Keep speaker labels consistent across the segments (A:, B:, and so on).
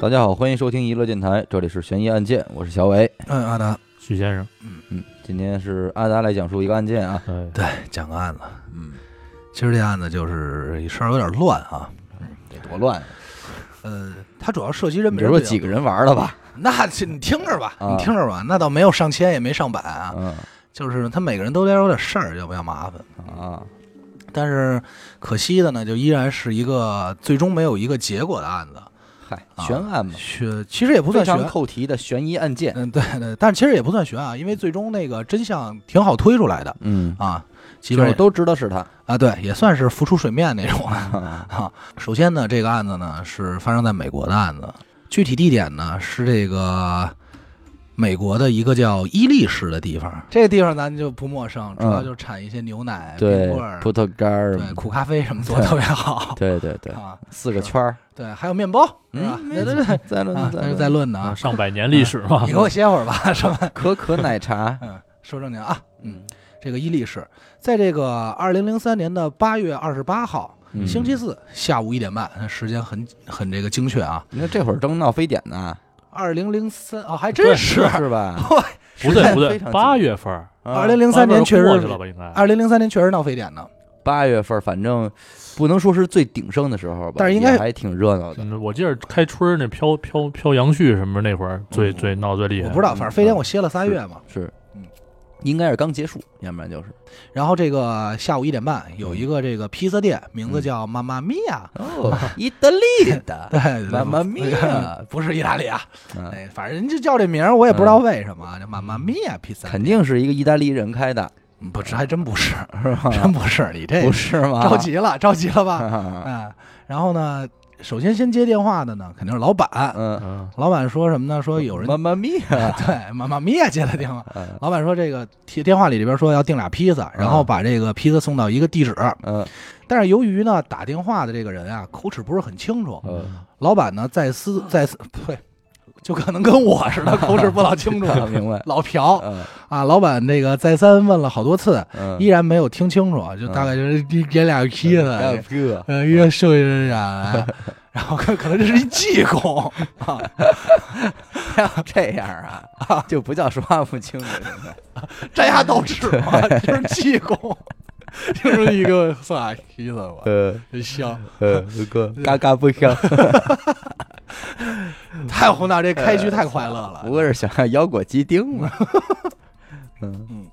A: 大家好，欢迎收听娱乐电台，这里是悬疑案件，我是小伟。
B: 嗯，阿达，
C: 许先生，
A: 嗯，今天是阿达来讲述一个案件啊，
C: 哎，
B: 对，讲个案子。
A: 嗯，
B: 今儿这案子就是事儿有点乱啊。
A: 得多乱啊，
B: 呃，它主要涉及人
A: 你
B: 比
A: 这嗯说几个？人玩了吧？
B: 那这你听着吧，
A: 啊
B: 你听着吧，那倒没有上千，也没上百啊。
A: 嗯
B: 就是他每个人都得有点事儿，要不要麻烦？
A: 啊，
B: 但是可惜的呢，就依然是一个最终没有一个结果的案子。
A: 嗨，
B: 啊
A: 悬案嘛，
B: 悬，其实也不
A: 非
B: 算悬
A: 常，扣题的悬疑案件。
B: 嗯，对对，但其实也不算悬啊，因为最终那个真相挺好推出来的
A: 嗯，
B: 啊，基
A: 就
B: 本
A: 是
B: 上
A: 都知道是他。
B: 啊，对，也算是浮出水面那种。
A: 啊
B: 啊，首先呢，这个案子呢是发生在美国的案子，具体地点呢是这个美国的一个叫伊利市的地方。这个地方咱就不陌生，主要
A: 嗯
B: 就产一些牛奶、
A: 对
B: 冰棍，儿、
A: 葡萄干儿
B: 嗯对，苦咖啡什么做
A: 对
B: 得特别好
A: 对对对，
B: 啊。
A: 四个圈儿。嗯
B: 对，还有面包，是
A: 啊
B: 吧？对对对，
A: 再论
B: 啊，那是
A: 论
B: 在嗯论呢
C: 啊，
B: 啊。
C: 上百年历史 嘛
B: 你，给我歇会儿吧，什么？。
A: 可可奶茶
B: 嗯，说正经啊，
A: 嗯，
B: 这个伊利市，在这个二零零三年的八月二十八号。
A: 嗯
B: 星期四下午一点半，时间很很这个精确啊。
A: 你看这会儿正闹非典呢，
B: 二零零三啊，还真是
A: 是吧？
C: 不对不
A: 时间非
C: 对
A: 常，近
C: 八月份儿，
B: 二零零三年确
C: 啊八月份儿过去
B: 实
C: 了，吧？应该
B: 二零零三年确实闹非典呢。
A: 啊八月份，反正不能说是最鼎盛的时候吧，
B: 但是应该
A: 也还挺热闹的。
C: 嗯，我记得开春儿那飘飘飘杨絮什么那会儿最
A: 嗯
C: 最闹最厉害，
B: 我不知道，反正非典我歇了仨
A: 是
B: 月嘛。
A: 是
B: 嗯，
A: 应该是刚结束，要不然就是
B: 然后这个下午一点半有一个这个披萨店，名字叫妈妈咪呀，
A: 哦， 意大利嗯的，
B: 对，
A: 妈妈 咪呀，
B: 不是意大利啊，
A: 嗯，
B: 哎，反正人就叫这名儿，我也不知道为什么啊，叫妈妈咪呀披萨，
A: 肯定是一个意大利人开的，
B: 嗯不是，还真不是，
A: 是吧？
B: 真不是，你这
A: 不是吗？
B: 着急 了，着急了吧？
A: 啊，
B: 嗯，然后呢，首先先接电话的呢，肯定是老板，
A: 嗯，
C: 嗯，
B: 老板说什么呢？说有人
A: 妈妈咪呀，
B: 对，妈妈咪呀接的电话
A: 嗯。
B: 老板说这个提电话里这边说要订俩披萨，然后把这个披萨送到一个地址。
A: 嗯
B: 但是由于呢打电话的这个人啊口齿不是很清楚，
A: 嗯，
B: 老板呢再思再思，呸，就可能跟我 似的口齿不老清楚，
A: 明白，
B: 老瓢
A: 嗯
B: 啊。老板这个再三问了好多次，依
A: 嗯，
B: 然没有听清楚，就大概就是你给俩披
A: 还有
B: 萨。
A: 这，
B: 呃，约剩下人啊， 然后可可能这是一 技工，
A: 还有这样啊， 就不叫说话不清楚，现在
B: 摘牙倒齿嘛，就是济公。听说一个萨皮了吧，
A: 呃
B: 真香！
A: 呃，哥，嘎嘎不香。
B: 太胡闹，这开局太快乐了。
A: 不会是想要腰果鸡丁吧？嗯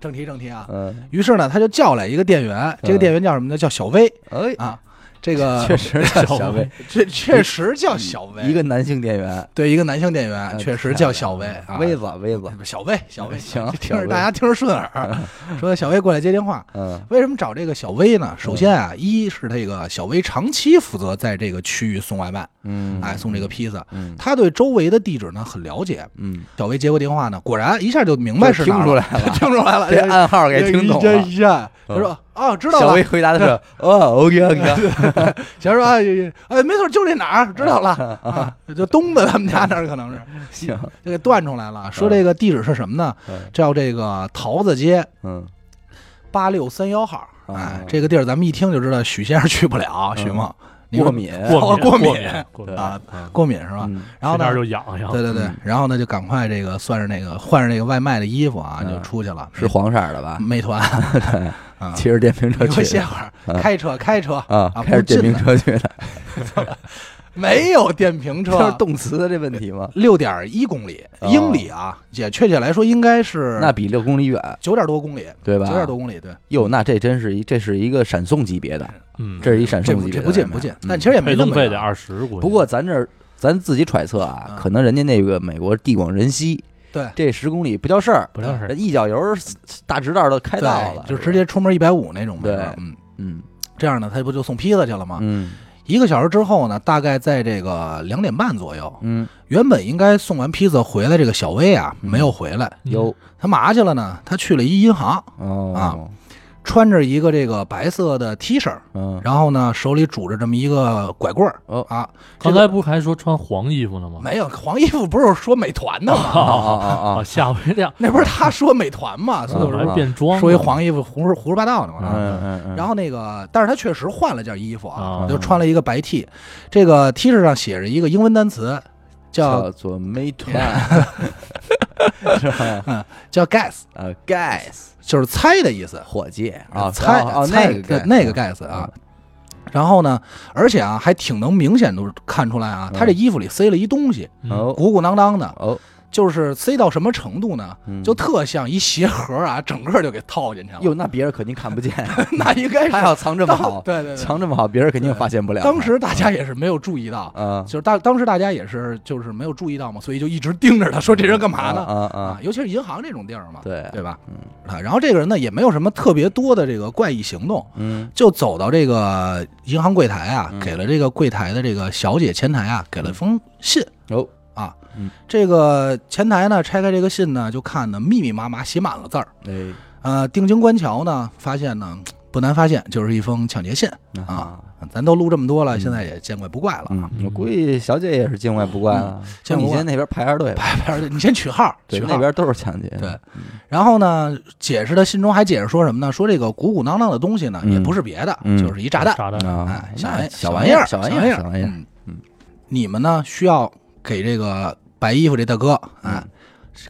B: 正题正题啊。
A: 嗯，
B: 于是呢，他就叫来一个店员，这个店员叫什么呢？叫小薇
A: 哎，
B: 啊。这个
A: 嗯 确实叫小 薇，
B: 确确实叫小薇，
A: 哎一个男性店员，
B: 对一个男性店员，
A: 嗯
B: 确实叫小薇啊。
A: 薇子薇子，
B: 小薇，小薇，
A: 行小
B: 听着
A: 薇
B: 大家听着 顺耳。说小薇过来接电话，
A: 嗯
B: 为什么找这个小薇呢？首先啊，一是这个小薇长期负责在这个区域送外卖，
A: 嗯，
B: 哎，送这个披萨。
A: 嗯
B: 他对周围的地址呢很了解。
A: 嗯，
B: 小薇接过电话呢，果然一下就明白是
A: 听
B: 哪儿
A: 出
B: 了，
A: 来了，
B: 听出来了， 哎
A: 这暗号给听懂
B: 这这
A: 了。嗯
B: 一下，他说哦，知道
A: 小薇
B: 了。
A: 回答的是：“ 哦，OK OK，
B: 小薇说哎哎哎，没错，就这哪儿，知 道了啊，就东子他们家那儿可能是，
A: 行，
B: 就给断出来了。说这个地址是什么呢？
A: 嗯
B: 叫这个桃子街
A: 嗯
B: 八六三幺号。
A: 哦
B: 哎，这个地儿咱们一听就知道许先生去不了，
A: 嗯
B: 许梦你
A: 过
B: 说
A: 敏
C: 过敏
B: 哦过
C: 敏
B: 敏
C: 过敏
B: 啊，
C: 嗯
B: 过敏是吧？
A: 嗯
B: 然后
C: 去那
B: 呢
C: 儿，就痒痒，
B: 对对对
A: 嗯，
B: 然后呢就赶快这个算是那个换上那个外卖的衣服啊，
A: 嗯
B: 就出去了。
A: 是黄色的吧？
B: 美团， 啊，
A: 骑着电瓶车
B: 嗯你
A: 去
B: 快歇
A: 的
B: 会儿
A: 啊，
B: 开车开车，
A: 啊，
B: 啊
A: 开着
B: 不进
A: 电瓶车
B: 来
A: 去的，
B: 没有电瓶
A: 这是
B: 车，
A: 动词的这问题吗？
B: 六点一公里
A: 哦
B: 英里啊，也确切来说应该是
A: 那比六公里远，
B: 九点多公里，
A: 对吧？
B: 九点多公里，对，
A: 哟，那这真是一，这是一个闪送级别的，
C: 嗯，
A: 这是一闪
B: 这
A: 送
B: 不
A: 级别
B: 这
A: 的
B: 不近
A: 外卖
B: 不近，
A: 嗯
B: 但其实也没
C: 配
B: 那
C: 送
B: 么
C: 费
B: 远
C: 得二十，估计
A: 不过咱这儿咱自己揣测啊
B: 嗯，
A: 可能人家那个美国地广人稀，
B: 对
A: 这十公里不叫事儿，
C: 不
B: 哎
C: 像是
A: 人一脚油儿大直道都开
B: 对
A: 到了，
B: 就直接出门一百五那种呗，
A: 对
B: 嗯，
A: 嗯
B: 这样呢，他不就送披萨去了吗？
A: 嗯
B: 一个小时之后呢，大概在这个两点半左右，
A: 嗯，
B: 原本应该送完披萨回来，这个小薇啊没有回来，
C: 嗯
A: 有
B: 他嘛去了呢？他去了一银行，
A: 哦
B: 嗯啊，穿着一个这个白色的 T 恤，
D: 嗯，
B: 然后呢手里拄着这么一个拐棍儿
D: 哦
B: 啊，这
C: 刚
B: 个
C: 才不是还说穿黄衣服呢吗？
B: 没有黄衣服不是说美团的
A: 哦
B: 吗？
D: 啊啊
C: 啊，
D: 啊
C: 吓我 一跳，
B: 那不是他说美团吗？
C: 嗯
B: 所以
D: 啊
B: 我说
C: 还变装了
B: 说一黄衣服胡说胡说八道呢嘛。
D: 啊，嗯嗯嗯，
B: 然后那个，但是他确实换了件衣服啊，
C: 啊
B: 就穿了一个白 T，这个 T 恤上写着一个英文单词，叫
D: 叫做美团，是吧？
B: 叫 guess，
D: 呃，guys
B: 就是猜的意思
D: 伙计啊，
B: 猜
D: 哦哦
B: 猜
D: 那个嗯
B: 那个 guess 啊。然后呢，而且啊，还挺能明显都看出来啊，他这衣服里塞了一东西，
C: 嗯
D: 嗯哦
B: 鼓鼓囊囊的，
D: 哦，
B: 就是塞到什么程度呢？
D: 嗯
B: 就特像一鞋盒啊，整个就给套进去了。
D: 哟，那别人肯定看不见，
B: 那应该 是
D: 他要藏这么好，
B: 对对对，
D: 藏这么好，别人肯定发现不了。
B: 当时大家也是没有注意到，
D: 啊，
B: 就是当当时大家也是就是没有注意到嘛，所以就一直盯着他，说这人干嘛呢？
D: 啊
B: 啊
D: 啊，，
B: 尤其是银行这种地儿嘛，
D: 对，
B: 对吧？
D: 嗯
B: 啊，然后这个人呢也没有什么特别多的这个怪异行动，
D: 嗯
B: 就走到这个银行柜台啊
D: 嗯，
B: 给了这个柜台的这个小姐前台啊，给了封信
D: 哦
B: 啊
D: 嗯。
B: 这个前台呢拆开这个信呢，就看呢密密麻麻写满了字儿。
D: 哎
B: 呃，定睛观瞧呢，发现呢不难发现就是一封抢劫信。啊，咱都录这么多了，
D: 嗯
B: 现在也见怪不怪了 啊。
D: 嗯，我估计小姐也是见怪不怪了。像
B: 见怪
D: 你
B: 不怪
D: 先那边排着队吧，
B: 哎，不是你先取号，
D: 对，
B: 取
D: 那
B: 号。
D: 边都是抢劫的。
B: 对然后呢，解释的信中还解释说什么呢？说这个鼓鼓囊囊的东西呢，
D: 嗯
B: 也不是别的，
D: 嗯
B: 就是一炸弹。
C: 炸弹，
D: 啊
B: 哎，，小玩
D: 那小
B: 玩
D: 意
B: 意
D: 儿，
B: 儿，
D: 小
B: 小
D: 玩
B: 意
D: 儿，小玩
B: 玩
D: 意儿。
B: 嗯
D: 嗯
B: 你们呢需要给这个白衣服这大哥，哎
D: 嗯，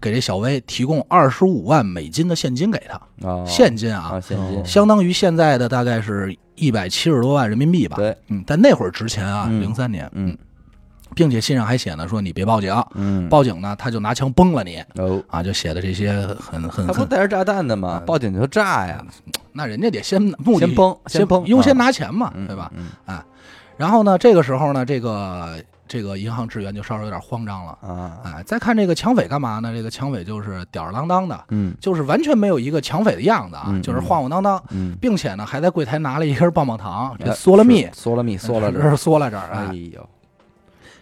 B: 给这小薇提供二十五万美金的现金给他，
D: 哦，
B: 现金啊
D: 啊，，现金
C: 哦，
B: 相当于现在的大概是一百七十多万人民币吧。
D: 对，
B: 嗯，但那会儿值钱啊，
D: 嗯
B: 零三年，
D: 嗯，
B: 并且信上还写呢，说你别报警，
D: 嗯，
B: 报警呢他就拿枪崩了你
D: 哦，嗯
B: 啊，就写的这些很很
D: 他不
B: 很，
D: 带着炸弹的吗？报警就炸呀，
B: 那人家得先目的
D: 先崩嗯先崩
B: 优先
D: 啊
B: 拿钱嘛，
D: 嗯
B: 对吧？？啊
D: 嗯
B: 然后呢，这个时候呢，这个这个银行职员就稍微有点慌张了。
D: 啊，
B: 哎，再看这个抢匪干嘛呢？这个抢匪就是吊儿郎当的，
D: 嗯
B: 就是完全没有一个抢匪的样子啊，
D: 嗯
B: 就是晃晃荡荡，
D: 嗯，
B: 并且呢还在柜台拿了一根棒棒糖，这
D: 哎
B: 缩了蜜
D: 是，缩了密，嗯缩 了
B: 这
D: 这。
B: 是缩了这儿。
D: 哎
B: 哎，
D: 呦，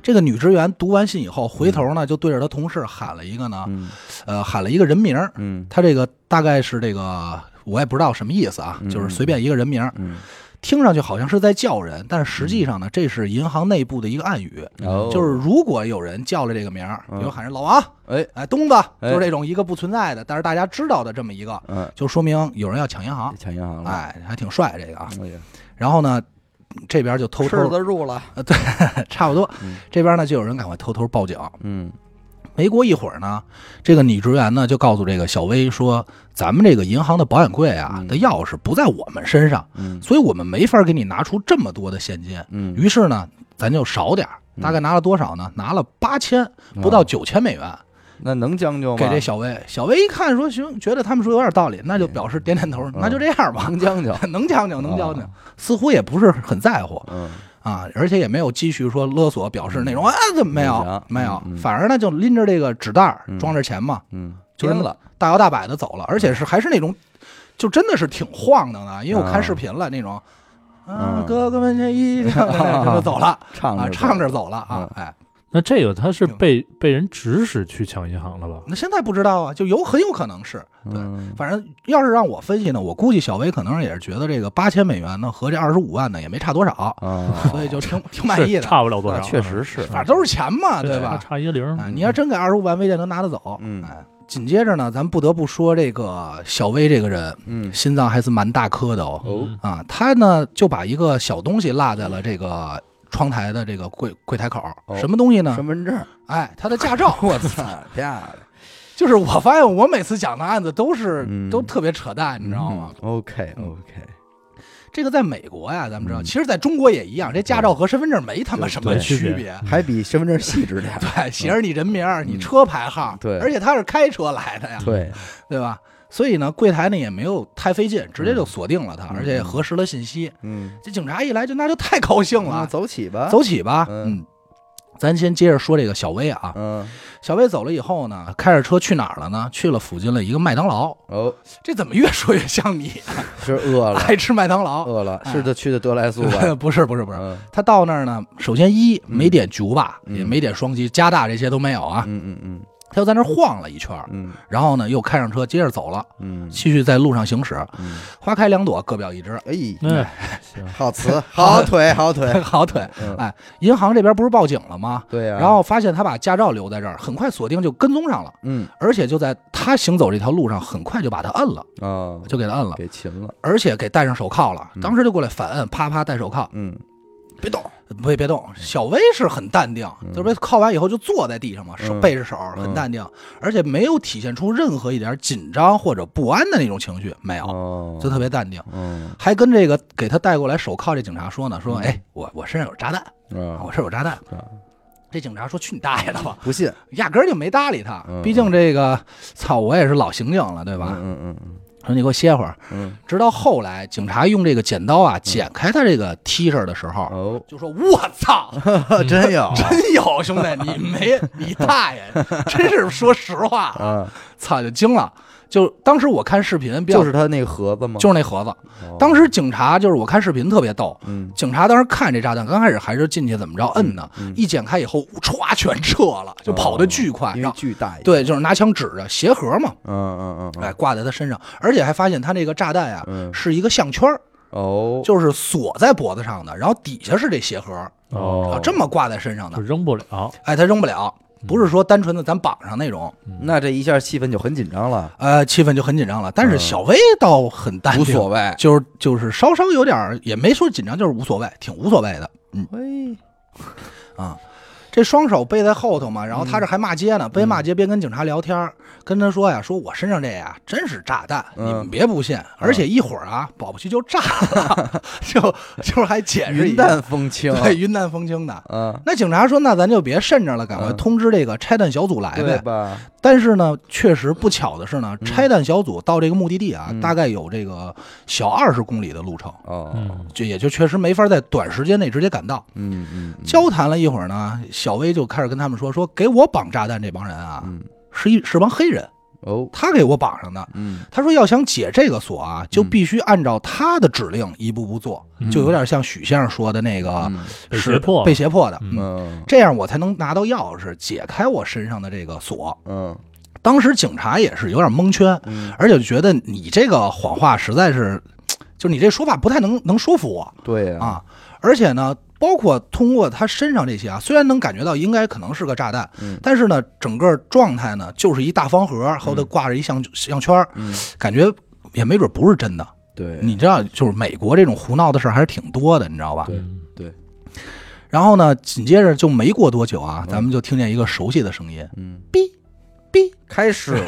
B: 这个女职员读完信以后，回头呢就对着她同事喊了一个呢，
D: 嗯
B: 呃，喊了一个人名儿，
D: 嗯
B: 她这个大概是这个我也不知道什么意思啊，
D: 嗯
B: 就是随便一个人名儿，
D: 嗯，
B: 听上去好像是在叫人，但是实际上呢，这是银行内部的一个暗语。
D: 哦
B: 就是如果有人叫了这个名儿，比
D: 嗯
B: 如喊人老王，
D: 哎，
B: 哎，东子，
D: 哎
B: 就是这种一个不存在的，但是大家知道的这么一个，
D: 嗯，
B: 就说明有人要抢银行，
D: 抢银行了，
B: 哎，还挺帅这个啊。
D: 哎呀，
B: 然后呢，这边就偷
D: 柿
B: 偷，
D: 子入了，
B: 差不多
D: 嗯，
B: 这边呢就有人赶快偷偷报警。
D: 嗯
B: 没过一会儿呢，这个女职员呢就告诉这个小薇说，咱们这个银行的保险柜啊
D: 嗯
B: 的钥匙不在我们身上，
D: 嗯
B: 所以我们没法给你拿出这么多的现金。
D: 嗯，
B: 于是呢，咱就少点儿。
D: 嗯
B: 大概拿了多少呢？拿了八千，不
D: 哦
B: 到九千美元。
D: 那能将就吗？
B: 给这小薇，小薇一看说行，觉得他们说有点道理，那就表示点点头，那就这样吧，
D: 嗯能将就，
B: 能将就能将就
D: 哦，
B: 似乎也不是很在乎
D: 嗯，
B: 啊，而且也没有继续说勒索，表示那种啊怎么没
D: 不行
B: 有没有
D: 嗯嗯，
B: 反而呢就拎着这个纸袋儿
D: 嗯
B: 装着钱嘛，
D: 嗯，
B: 就
D: 颠
B: 是
D: 了，
B: 大摇大摆的走了，而且是还是那种，就真的是挺晃荡的，因为我
D: 啊
B: 看视频了那种，啊
D: 嗯
B: 哥哥们这一这就走了
D: 唱
B: 啊，
D: 着
B: 唱
D: 着，
B: 着走了啊，哎。
C: 那这个他是被被人指使去抢银行了吧？
B: 那现在不知道啊，就有很有可能是，对，
D: 嗯
B: 反正要是让我分析呢，我估计小薇可能也是觉得这个八千美元呢和这二十五万呢也没差多
A: 哦
B: 少，
D: 啊，
B: 所以就挺挺满意
C: 是
B: 的。
C: 差不了多
D: 那
C: 少，
D: 确实是，
B: 反正都是钱嘛，
C: 嗯
B: 对
C: 差
B: 吧？
C: 差一个零儿，嗯
B: 啊，你要真给二十五万，未见能拿得走。
D: 嗯
B: 哎，紧接着呢，咱不得不说这个小薇这个人
D: 嗯，
B: 心脏还是蛮大颗的哦。
D: 哦
C: 嗯
B: 啊，他呢就把一个小东西落在了这个窗台的这个柜柜台口儿，
D: 哦
B: 什么东西呢？
D: 身份证，
B: 哎，他的驾照。我操！
D: 操，漂亮，
B: 就是我发现我每次讲的案子都是、
D: 嗯
B: 都特别扯淡，你知
A: 嗯
B: 道
D: 哦
B: 吗？
D: ？OK OK，
B: 这个在美国呀，咱们知道，
D: 嗯
B: 其实在中国也一样，这驾照和身份证没他妈什么
C: 对
B: 区
C: 区
B: 别
C: 别。
D: 还比身份证细致点儿，
B: 对，写着你人名儿，你车牌号，
D: 对
B: 而且他是开车来的呀，
D: 对，
B: 对吧？所以呢，柜台呢也没有太费劲，直接就锁定了他，
D: 嗯
B: 而且也核实了信息。
D: 嗯，
B: 这警察一来就那就太高兴
D: 那
B: 了，
D: 走起吧，，
B: 走起吧，
D: 嗯
B: 嗯。咱先接着说这个小薇啊，
D: 嗯，
B: 小薇走了以后呢，开着车去哪儿了呢？去了附近的一个麦当劳。
D: 哦，
B: 这怎么越说越像你
D: 是饿了，
B: 爱吃麦当劳？
D: 饿了，
B: 哎
D: 是就去的德莱速吧？
B: 不是不是不是，
D: 哦嗯
B: 他到那儿呢，首先一没点巨无霸，
D: 嗯
B: 也没点双击，加大这些都没有啊。
D: 嗯嗯嗯，
B: 他又在那儿晃了一圈儿，
A: 嗯
B: 然后呢又开上车接着走了，
A: 嗯
B: 继续在路上行驶。
A: 嗯，
B: 花开两朵，各表一枝，
A: 哎，
C: 哎，行，
A: 好 词，好腿，好腿，
B: 好腿。
A: 嗯，
B: 哎，银行这边不是报警了吗？
A: 对啊呀，
B: 然后发现他把驾照留在这儿，很快锁定就跟踪上了，
A: 嗯
B: 而且就在他行走这条路上，很快就把他摁了，
A: 啊，
B: 就给他摁了，
A: 给擒了，
B: 而且给戴上手铐了。
A: 嗯
B: 当时就过来反摁，啪啪戴手铐，
A: 嗯
B: 别动，别别动。小薇是很淡定，就是被铐完以后就坐在地上嘛，手
A: 嗯
B: 背着手，很淡定，而且没有体现出任何一点紧张或者不安的那种情绪，没有，
A: 哦，
B: 就特别淡定。
A: 嗯
B: 还跟这个给他带过来手铐这警察说呢，说，哎，我我身上有炸弹，
A: 啊
B: 我，身上有炸弹
A: 啊。
B: 这警察说：“去你大爷的吧！”
A: 不信，
B: 压根儿就没搭理他
A: 嗯。
B: 毕竟这个操，我也是老刑警了，对吧？
A: 嗯嗯嗯
B: 说你给我歇会儿。
A: 嗯，
B: 直到后来，警察用这个剪刀啊剪开他这个 T 恤的时候，
A: 哦，
B: 就说：“我操，嗯
A: 真 有
B: 真有兄弟，你没你大爷，真是说实话，
A: 啊，
B: 操就惊了。”就当时我看视频，比较
A: 就是他那个盒子吗？
B: 就是那盒子。
A: 哦
B: 当时警察就是我看视频特别逗。
A: 嗯
B: 警察当时看这炸弹，刚开始还是进去怎么着摁呢，一剪开以后，歘全撤了，就跑得巨快，
A: 因
B: 然
A: 为
B: 后
A: 巨大一个，
B: 对，就是拿枪指着鞋盒嘛，
A: 嗯嗯嗯嗯，
B: 哎，挂在他身上，而且还发现他那个炸弹啊，
A: 嗯
B: 是一个项圈儿，
A: 哦，
B: 就是锁在脖子上的，然后底下是这鞋盒，啊
C: 哦，
B: 这么挂在身上
C: 就
B: 的，
C: 扔不了，
B: 哎，他扔不了，
A: 嗯
B: 不是说单纯的咱绑上那种，
A: 那这一下气氛就很紧张了，
B: 呃，气氛就很紧张了。但是小薇倒很淡
A: 嗯
B: 定，
A: 无所谓，
B: 就是就是稍稍有点儿也没说紧张，就是无所谓，挺无所谓的，嗯
A: 嘿，
B: 啊。这双手背在后头嘛，然后他这
A: 嗯
B: 还骂街呢，边骂街边跟警察聊天儿，跟他说呀，说我身上这呀真是炸弹，
A: 嗯
B: 你们别不信，而且一会儿啊，保不齐就炸了， 就就是还解哎释一
A: 云
B: 下哎
A: 淡风轻，啊
B: 对，云淡风轻的。
A: 嗯，
B: 那警察说：“那咱就别慎着了，赶快
A: 嗯
B: 通知这个拆弹小组来
A: 对
B: 呗。
A: 吧？
B: 但是呢，确实不巧的是呢，拆弹小组到这个目的地啊，
A: 嗯
B: 大概有这个小二十公里的路程，
A: 哦，
C: 嗯，
B: 就也就确实没法在短时间内直接赶到。
A: 嗯嗯，嗯，
B: 交谈了一会儿呢，小薇就开始跟他们说：“说给我绑炸弹这帮人啊，
A: 嗯
B: 是一是帮黑人，
A: 哦，
B: 他给我绑上的。
A: 嗯，
B: 他说要想解这个锁啊，就必须按照他的指令一步步做，
C: 嗯
B: 就有点像许先生说的那个
A: 嗯
C: 被
B: 是
C: 胁迫了
B: 被胁迫的，
C: 嗯
A: 嗯
B: 这样我才能拿到钥匙，解开我身上的这个锁。
A: 嗯
B: 当时警察也是有点蒙圈，
A: 嗯，
B: 而且就觉得你这个谎话实在是，就你这说法不太能能说服我
A: 对呀，
B: 啊。而且呢，包括通过他身上这些啊，虽然能感觉到应该可能是个炸弹，
A: 嗯
B: 但是呢，整个状态呢就是一大方盒，后头挂着一项项圈儿，
A: 嗯，
B: 感觉也没准不是真的。
A: 对，
B: 你知道，就是美国这种胡闹的事儿还是挺多的，你知道吧？
A: 对
C: 嗯
A: 对，
B: 然后呢，紧接着就没过多久啊，咱们就听见一个熟悉的声音，
A: 嗯，
B: 哔哔，
A: 开始了，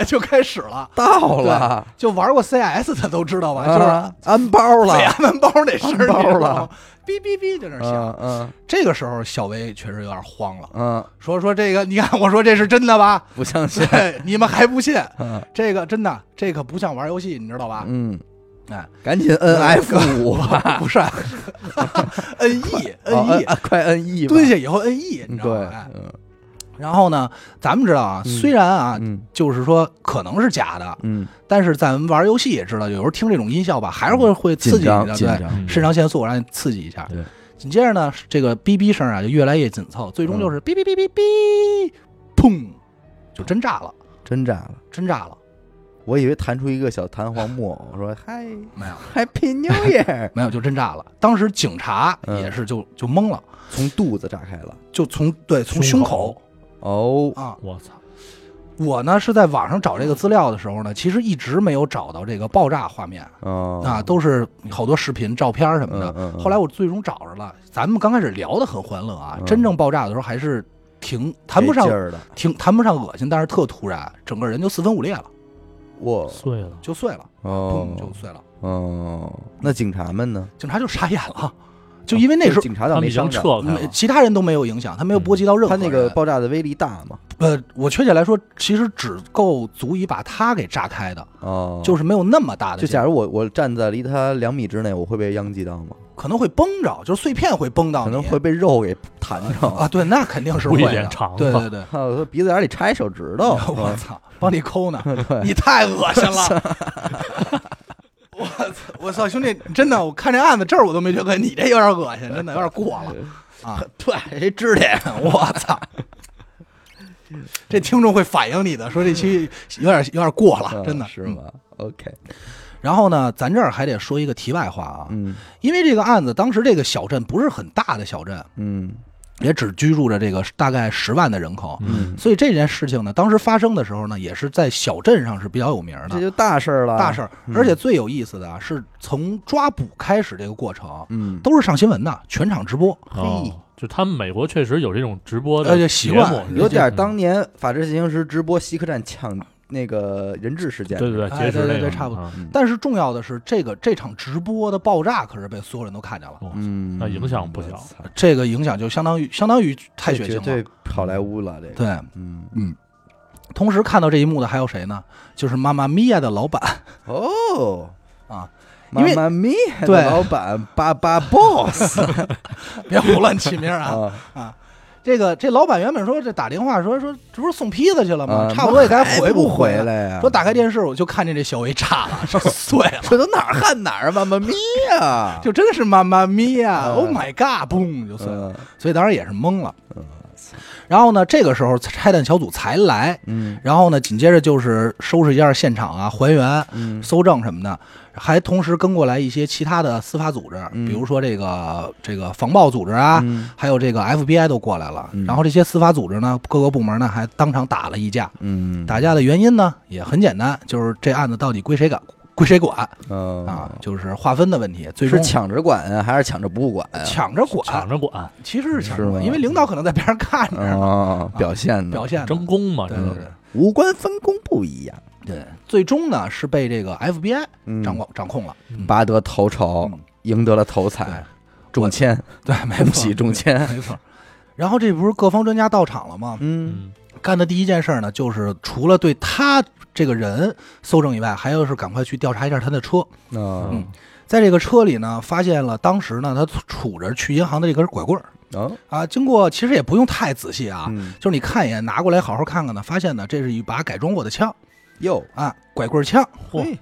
B: 对，就开始了。
A: 到了，
B: 就玩过 CS 的都知道吧，就是
A: 啊，安包
B: 塞
A: 了，
B: 安门包那声
A: 安
B: 儿，
A: 包了
B: 你知道吗，哔哔哔在那儿响。
A: 嗯嗯
B: 这个时候，小薇确实有点慌了，
A: 嗯，
B: 说说这个，你看我说这是真的吧？
A: 不相信，
B: 对， 你们还不信？
A: 嗯
B: 这个真的，这可不像玩游戏，你知道吧？
A: 嗯，
B: 哎
A: 赶紧摁嗯 F 哦五吧，
B: 不是，N E
A: 哦
B: N E，
A: 啊快摁 E 吧，
B: 蹲下以后 N E，你
A: 嗯
B: 知道
A: 对
B: 吧？哎，
A: 嗯
B: 然后呢，咱们知道啊，
A: 嗯
B: 虽然啊，
A: 嗯
B: 就是说可能是假的，
A: 嗯，
B: 但是咱们玩游戏也知道，有时候听这种音效吧，还是会会刺
A: 紧
B: 激你
A: 张
B: 的，
A: 紧
B: 对，
A: 张，
C: 嗯
B: 肾上腺素让你刺激一下。
A: 嗯对，
B: 紧接着呢，这个哔哔声啊就越来越紧凑，最终
A: 嗯
B: 就是哔哔哔哔哔，砰，就真炸了，
A: 真炸了。
B: 真炸了，
A: 我以为弹出一个小弹簧木偶，我说嗨
B: 没有。
A: ，Happy New Year，
B: 没有，就真炸了。当时警察
A: 嗯
B: 也是就就懵了，
A: 从肚子炸开了。
B: 就从对从胸
C: 胸
B: 口
C: 口
A: 哦，
B: 啊。
C: 我操，
B: 我呢是在网上找这个资料的时候呢，其实一直没有找到这个爆炸画面，
A: 哦
B: 啊，都是好多视频、照片什么的。
A: 嗯嗯嗯
B: 后来我最终找着了。咱们刚开始聊的很欢乐啊，
A: 嗯
B: 真正爆炸的时候还是挺谈不上
A: 这劲儿的，
B: 挺谈不上恶心，但是特突然，整个人就四分五裂了，
A: 我
C: 碎了，
B: 就碎了，
A: 哦
B: 砰就碎了。
A: 哦，那警察们呢？
B: 警察就傻眼了，就因为那时
A: 就
B: 候
A: 哦警察
C: 他
A: 倒
C: 们
A: 没
C: 已经
A: 伤着，
C: 撤开
B: 没嗯
C: 了，
B: 其他人都没有影响，他没有波及到任
A: 嗯他
B: 何
A: 那个
B: 人
A: 爆炸的威力大嘛？
B: 呃，我确切来说，其实只够足以把他给炸开的，
A: 哦，
B: 就是没有那么大的
A: 就
B: 劲儿。
A: 假如我我站在离他两米之内，我会被殃及到吗？
B: 可能会崩着，就是碎片会崩到
A: 可
B: 你，
A: 能会被肉给弹
B: 啊，
A: 着。
B: 对，那肯定是会
C: 故意
B: 的
C: 连肠。子
B: 对对对，
A: 啊！我鼻子眼里插一手指头，啊是
B: 我
A: 吧
B: 操，帮你 抠呢，你太恶心了。我操！我操，兄弟，真的，我看这案子这儿我都没觉得你这有点 恶心，真的有点过了啊！
A: 对，谁知道呀？
B: 我操！这听众会反映你的，说这期有点有点过了，啊真
A: 嗯
B: 的
A: 啊
B: 嗯
A: 是？吗？OK，
B: 然后呢，咱这儿还得说一个题外话啊，
A: 嗯
B: 因为这个案子当时这个小镇不是很大的小镇，
A: 嗯
B: 也只居住着这个大概十万的人口，
A: 嗯，
B: 所以这件事情呢，当时发生的时候呢，也是在小镇上是比较有名
A: 这
B: 的。
A: 就大事儿了，
B: 大事，儿，
A: 嗯
B: 而且最有意思的啊，是从抓捕开始这个过程
A: 嗯，
B: 都是上新闻的，全场直播。
C: 哦，就他们美国确实有这种直播的
B: 而且呃习惯
C: 节目
A: 有点当年《法制进行时》直播西客站抢那个人质事件，
C: 对对对，
B: 哎
C: 劫持
B: 对对
C: 那
B: 对
C: 个
B: 差不多
C: 啊
A: 嗯
B: 但是重要的是，这个这场直播的爆炸可是被所有人都看见了，
A: 嗯，
C: 那影响不小
A: 我操
B: 这个影响就相当于相当于太血
A: 这
B: 腥
A: 绝
B: 了。
A: 对好莱坞了，这个，
B: 对，
A: 嗯，
B: 同时看到这一幕的还有谁呢？就是妈妈咪呀的老板
A: 哦。
B: 啊，因
A: 妈
B: 为
A: 妈咪的
B: 对
A: 老板巴巴 boss
B: 别胡乱起名啊。
A: 啊，
B: 这个这老板原本说这打电话说说这不是送披萨去了吗？
A: 啊
B: 差不多也该回
A: 不
B: 回
A: 回。来呀？
B: 说打开电视我就看见这小维炸了，这碎了，
A: 这都哪儿焊哪儿啊，妈妈咪 呀！
B: 就真的是妈妈咪呀
A: 嗯
B: ！Oh my god！嘣就碎了，
A: 嗯
B: 所以当然也是懵了。然后呢，这个时候拆弹小组才来，
A: 嗯
B: 然后呢，紧接着就是收拾一下现场啊，还原、
A: 嗯
B: 搜证什么的，还同时跟过来一些其他的司法组织，
A: 嗯
B: 比如说这个这个防暴组织啊，
A: 嗯
B: 还有这个 FBI 都过来了。
A: 嗯
B: 然后这些司法组织呢，各个部门呢还当场打了一架。
A: 嗯
B: 打架的原因呢也很简单，就是这案子到底归谁管，归谁管
A: 嗯
B: 啊，就是划分的问题。最
A: 是
B: 终
A: 抢着管啊，还是抢着不管啊？
B: 抢着
C: 抢
B: 管，
C: 着管，
B: 其实是抢
A: 是
B: 着
A: 吗
B: 管，因为领导可能在边上看着
A: 啊，表现呢？
B: 表现呢
C: 争功嘛，
B: 对
C: 这
B: 对
C: 都
B: 对
C: 是
A: 无关分工不一样，
B: 对，最终呢是被这个 FBI
A: 嗯
B: 掌管掌控了。
A: 拔得头筹，赢得了头彩，中签，
B: 对，没
A: 哎恭
B: 错，
A: 喜中签。
B: 没错。然后这不是各方专家到场了吗？
A: 嗯
C: 嗯，
B: 干的第一件事呢，就是除了对他这个人搜证以外，还有是赶快去调查一下他的车。
A: 啊
C: 嗯
B: 在这个车里呢，发现了当时呢，他杵着去银行的这根拐棍儿
A: 哦
B: 啊。经过其实也不用太仔细啊，
A: 嗯
B: 就是你看一眼，拿过来好好看看呢，发现呢，这是一把改装过的枪
A: 哟，
B: 啊，拐棍儿枪。
A: 嘿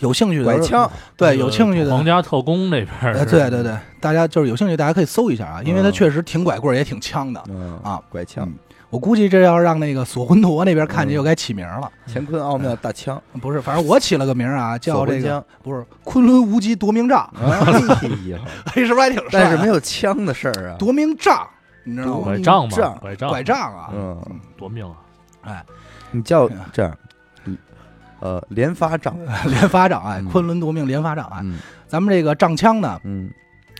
B: 有兴趣的
A: 拐枪，
C: 那
B: 哎对
C: 个
B: 有兴趣的
C: 皇，家特工那边
B: 呃
C: 儿，
B: 对对对，大家就是有兴趣，大家可以搜一下啊，因为它
A: 嗯
B: 确实挺拐棍儿，也挺枪的。
A: 嗯
B: 啊，
A: 拐枪，
B: 我估计这要让那个索魂陀那边看见，
A: 嗯
B: 又该起名了。
A: 乾坤奥妙大枪，
B: 不是，反正我起了个名儿啊，叫
A: 锁
B: 这
A: 魂
B: 个
A: 枪。
B: 不是昆仑无极夺命杖，
A: 哎呀，
B: 哎，是不是还挺帅啊？
A: 但是没有枪的事儿啊。
B: 夺命杖，你知道
A: 夺
B: 吗？
C: 拐杖嘛，
A: 杖
C: 拐杖，
B: 拐，杖啊，
A: 嗯，
C: 夺命啊！
A: 你叫这样，呃，连发杖，
B: 连发掌哎，
A: 嗯
B: 昆仑夺命连发掌哎，
A: 嗯
B: 咱们这个杖枪呢，
A: 嗯，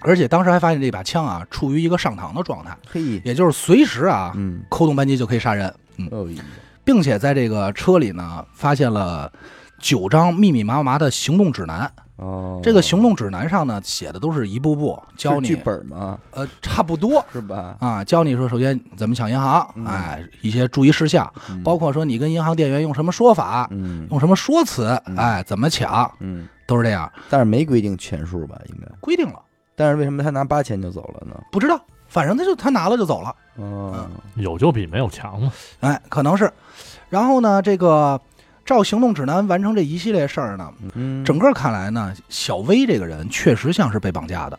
B: 而且当时还发现这把枪啊处于一个上膛的状态，
A: 嘿，
B: 也就是随时啊
A: 嗯，
B: 扣动扳机就可以杀人，
A: 哦呀，
B: 并且在这个车里呢发现了九张密密麻麻的行动指南，
A: 哦，
B: 这个行动指南上呢写的都是一步步教
A: 是剧
B: 你，
A: 本吗？
B: 呃，差不多。
A: 是吧？
B: 啊，教你说，首先怎么抢银行，
A: 嗯
B: 哎，一些注意事项，
A: 嗯
B: 包括说你跟银行店员用什么说法，
A: 嗯
B: 用什么说辞，
A: 嗯
B: 哎，怎么抢，
A: 嗯，
B: 都是这样
A: 但是没规定全数吧，应该。
B: 规定了。
A: 但是为什么他拿八千就走了呢？
B: 不知道，反正他就他拿了就走了，
A: 哦，
C: 有就比没有强嘛，
B: 哎，可能是。然后呢，这个照行动指南完成这一系列事儿呢，
A: 嗯，
B: 整个看来呢，小薇这个人确实像是被绑架的。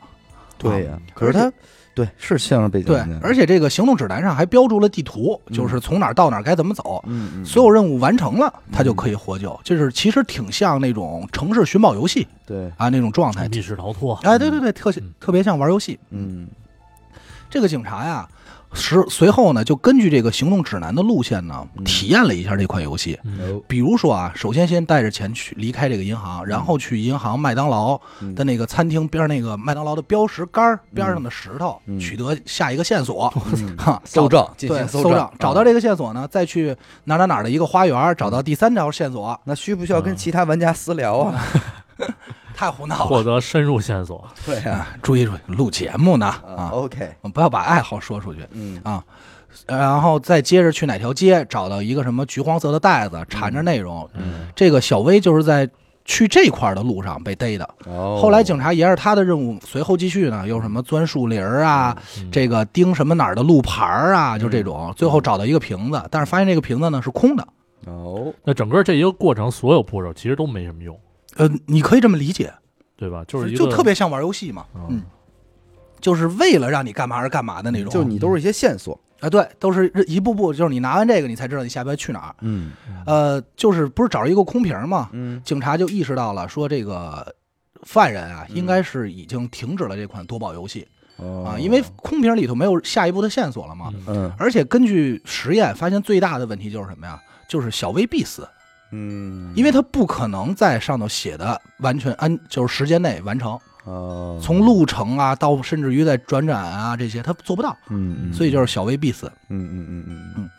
A: 对
B: 啊
A: 呀、可是他对是像是被
B: 对，而
A: 且
B: 且这个行动指南上还标注了地图，就是从哪儿到哪儿该怎么走。
A: 嗯嗯，
B: 所有任务完成了，他就可以获救，就是其实挺像那种城市寻宝游戏
A: 对，
B: 啊那种状态。
C: 密室逃脱，
B: 哎，对对对，特
C: 嗯
B: 特别像玩游戏。
A: 嗯
B: 这个警察呀，随随后呢就根据这个行动指南的路线呢，
A: 嗯
B: 体验了一下这款游戏。
C: 嗯
A: 有
B: 比如说啊，首先先带着钱去离开这个银行，然后去银行麦当劳
A: 嗯
B: 的那个餐厅边儿那个麦当劳的标识杆儿边上的石头，
A: 嗯
B: 取得下一个线索，
A: 嗯
B: 哈，
A: 搜
B: 找。
A: 证进
B: 对，
A: 行
B: 搜
A: 证，
B: 证
A: 啊，
B: 找到这个线索呢，再去哪儿哪儿哪儿的一个花园找到第三条线索，
A: 那需不需要跟其他玩家私聊啊？
B: 太胡闹
C: 获
B: 了。
C: 得深入线索，
A: 对啊，
B: 啊注意注意，录节目 呢
A: 啊
B: 啊，
A: ，OK，
B: 我们不要把爱好说出去。啊
A: 嗯
B: 然后再接着去哪条街找到一个什么橘黄色的袋子，缠着内容。
A: 嗯，
B: 这个小薇就是在去这块儿的路上被逮的。
A: 哦，
B: 后来警察沿着他的任务随后继续呢，又什么钻树林儿啊，
C: 嗯
B: 这个盯什么哪儿的路牌儿啊，就这种。最后找到一个瓶子，但是发现这个瓶子呢是空的。
A: 哦，
C: 那整个这一个过程，所有步骤其实都没什么用，
B: 呃，你可以这么理解，
C: 对吧？就是一个
B: 就特别像玩游戏嘛。
C: 嗯
B: 嗯，就是为了让你干嘛而干嘛的那种。
A: 就你都是一些线索，
B: 啊，对，都是一步步，就是你拿完这个，你才知道你下边去哪儿。
A: 嗯
B: 呃，就是不是找一个空瓶儿嘛？
A: 嗯
B: 警察就意识到了，说这个犯人啊，
A: 嗯
B: 应该是已经停止了这款夺宝游戏
A: 啊
B: 啊，因为空瓶里头没有下一步的线索了嘛。
C: 哦嗯
A: 嗯
B: 而且根据实验发现，最大的问题就是什么呀？就是小薇必死，
A: 嗯，
B: 因为他不可能在上头写的完全按就是时间内完成，
A: 哦
B: 从路程啊到甚至于在转展啊这些他做不到，
A: 嗯，嗯
B: 所以就是小薇必死。
A: 嗯嗯嗯嗯嗯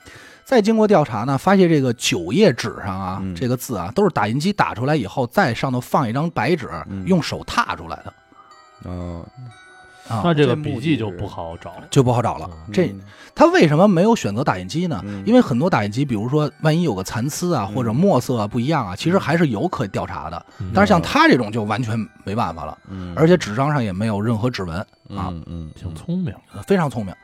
B: 再经过调查呢，发现这个酒液纸上啊，
A: 嗯
B: 这个字啊，都是打印机打出来以后，在上头放一张白纸，
A: 嗯
B: 用手踏出来的
A: 嗯哦，
B: 啊，
C: 那这
A: 这
C: 个
A: 目的
C: 笔记就是不好找了。
B: 就不好找了。
C: 嗯
B: 这
A: 嗯
B: 他为什么没有选择打印机呢？
A: 嗯
B: 因为很多打印机，比如说万一有个残次啊，
A: 嗯
B: 或者墨色啊不一样啊，其实还是有可调查的。
C: 嗯
B: 但是像他这种就完全没办法了，
A: 嗯
B: 而且纸张上也没有任何指纹，啊
A: 嗯嗯
C: 挺聪明，
B: 非常聪明。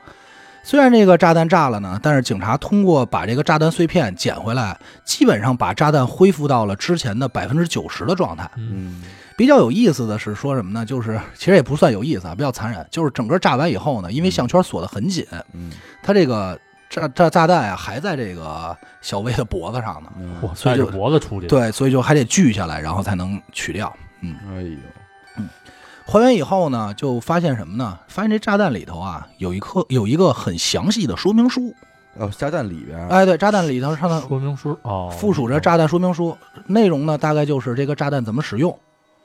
B: 虽然这个炸弹炸了呢，但是警察通过把这个炸弹碎片捡回来，基本上把炸弹恢复到了之前的百分之九十的状态。
A: 嗯
B: 比较有意思的是说什么呢？就是其实也不算有意思啊，比较残忍，就是整个炸完以后呢，因为项圈锁得很紧，
A: 嗯
B: 它这个炸炸炸弹啊还在这个小薇的脖子上呢，
A: 嗯
C: 哇，
B: 所以
C: 带
B: 就
C: 着脖子出去，，
B: 对，所以就还得锯下来，然后才能取掉。
A: 哎呦，
B: 还原以后呢，就发现什么呢？发现这炸弹里头啊有一颗有一个很详细的说明书，
A: 哦，炸弹里边儿，
B: 哎，对，炸弹里头上头
C: 说明书哦，
B: 附属着炸弹说明书，内容呢大概就是这个炸弹怎么使用，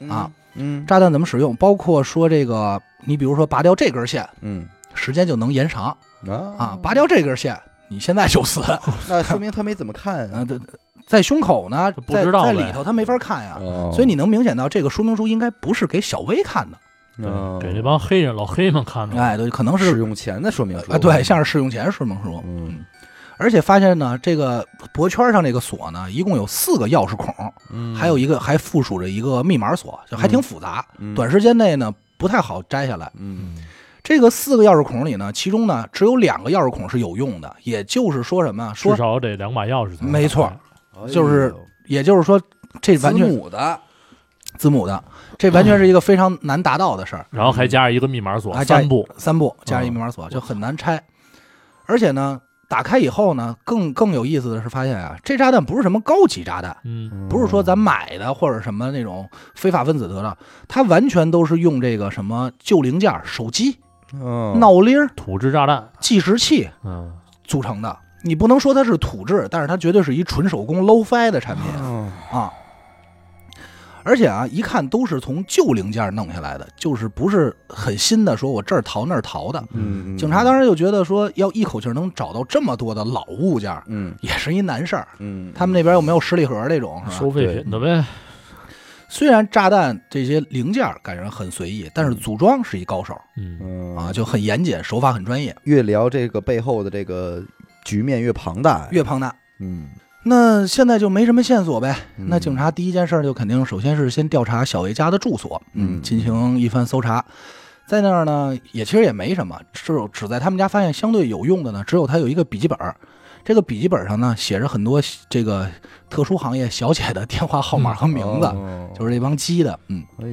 B: 啊
A: 嗯，
B: 炸弹怎么使用，包括说这个你比如说拔掉这根线，
A: 嗯
B: 时间就能延长。
A: 嗯
B: 啊， 拔掉这根线，你现在就死。
C: 哦
A: 那说明他没怎么看啊
B: 嗯，对，在胸口呢
C: 他，不
B: 在
C: 知道
B: 在
C: 呗
B: 里头他没法看呀，
A: 哦
B: 所以你能明显到这个说明书应该不是给小薇看的，
A: 哦
C: 嗯给这帮黑人老黑们看的，
B: 嗯哎，对，可能
A: 使
B: 是
A: 用前的说明书
B: 啊，对，像是试用前说明
C: 哦
B: 书。
A: 嗯
B: 而且发现呢，这个脖圈上这个锁呢，一共有四个钥匙孔，
A: 嗯
B: 还有一个还附属着一个密码锁，就还挺复杂，
A: 嗯
B: 短时间内呢不太好摘下来。
A: 嗯
B: 这个四个钥匙孔里呢，其中呢只有两个钥匙孔是有用的，也就是说什么啊
C: 至
B: 说，
C: 少得两把钥匙才能
B: 没错
C: 打开，
B: 就是也就是说这完全
A: 子哎母嗯的，
B: 字母的，这完全是一个非常难达到的事儿。
C: 然后还加上一个密码锁
B: 嗯还，加
C: 三步，
B: 三步加
A: 哦
B: 上一密码锁就很难拆，而且呢，打开以后呢，更更有意思的是发现啊，这炸弹不是什么高级炸弹，
C: 嗯，
B: 不是说咱买的或者什么那种非法分子得的，它完全都是用这个什么旧零件、手机、
A: 嗯
B: 闹铃儿、
C: 土制炸弹，
B: 计时器
C: 嗯，
B: 组成的。你不能说它是土制，但是它绝对是一纯手工 low fi 的产品
A: 哦
B: 啊。而且啊，一看都是从旧零件弄下来的，就是不是很新的，说我这儿淘那儿淘的。
A: 嗯，嗯
B: 警察当时就觉得说，要一口气儿能找到这么多的老物件儿，
A: 嗯
B: 也是一难事儿。
A: 嗯，
B: 他们那边又没有十里盒这种，是吧？
C: 收废品的呗，
B: 虽然炸弹这些零件儿感觉很随意，但是组装是一高手
C: 嗯，
A: 嗯
B: 啊，就很严谨，手法很专业，
A: 越聊这个背后的这个局面越庞大，
B: 越庞大。
A: 嗯，
B: 那现在就没什么线索呗。
A: 嗯
B: 那警察第一件事儿就肯定首先是先调查小维家的住所，
A: 嗯
B: 进行一番搜查。在那儿呢，也其实也没什么，只有只在他们家发现相对有用的呢，只有他有一个笔记本儿，这个笔记本上呢写着很多这个特殊行业小姐的电话号码和名字，
A: 哦
B: 就是这帮鸡的，嗯。
A: 哎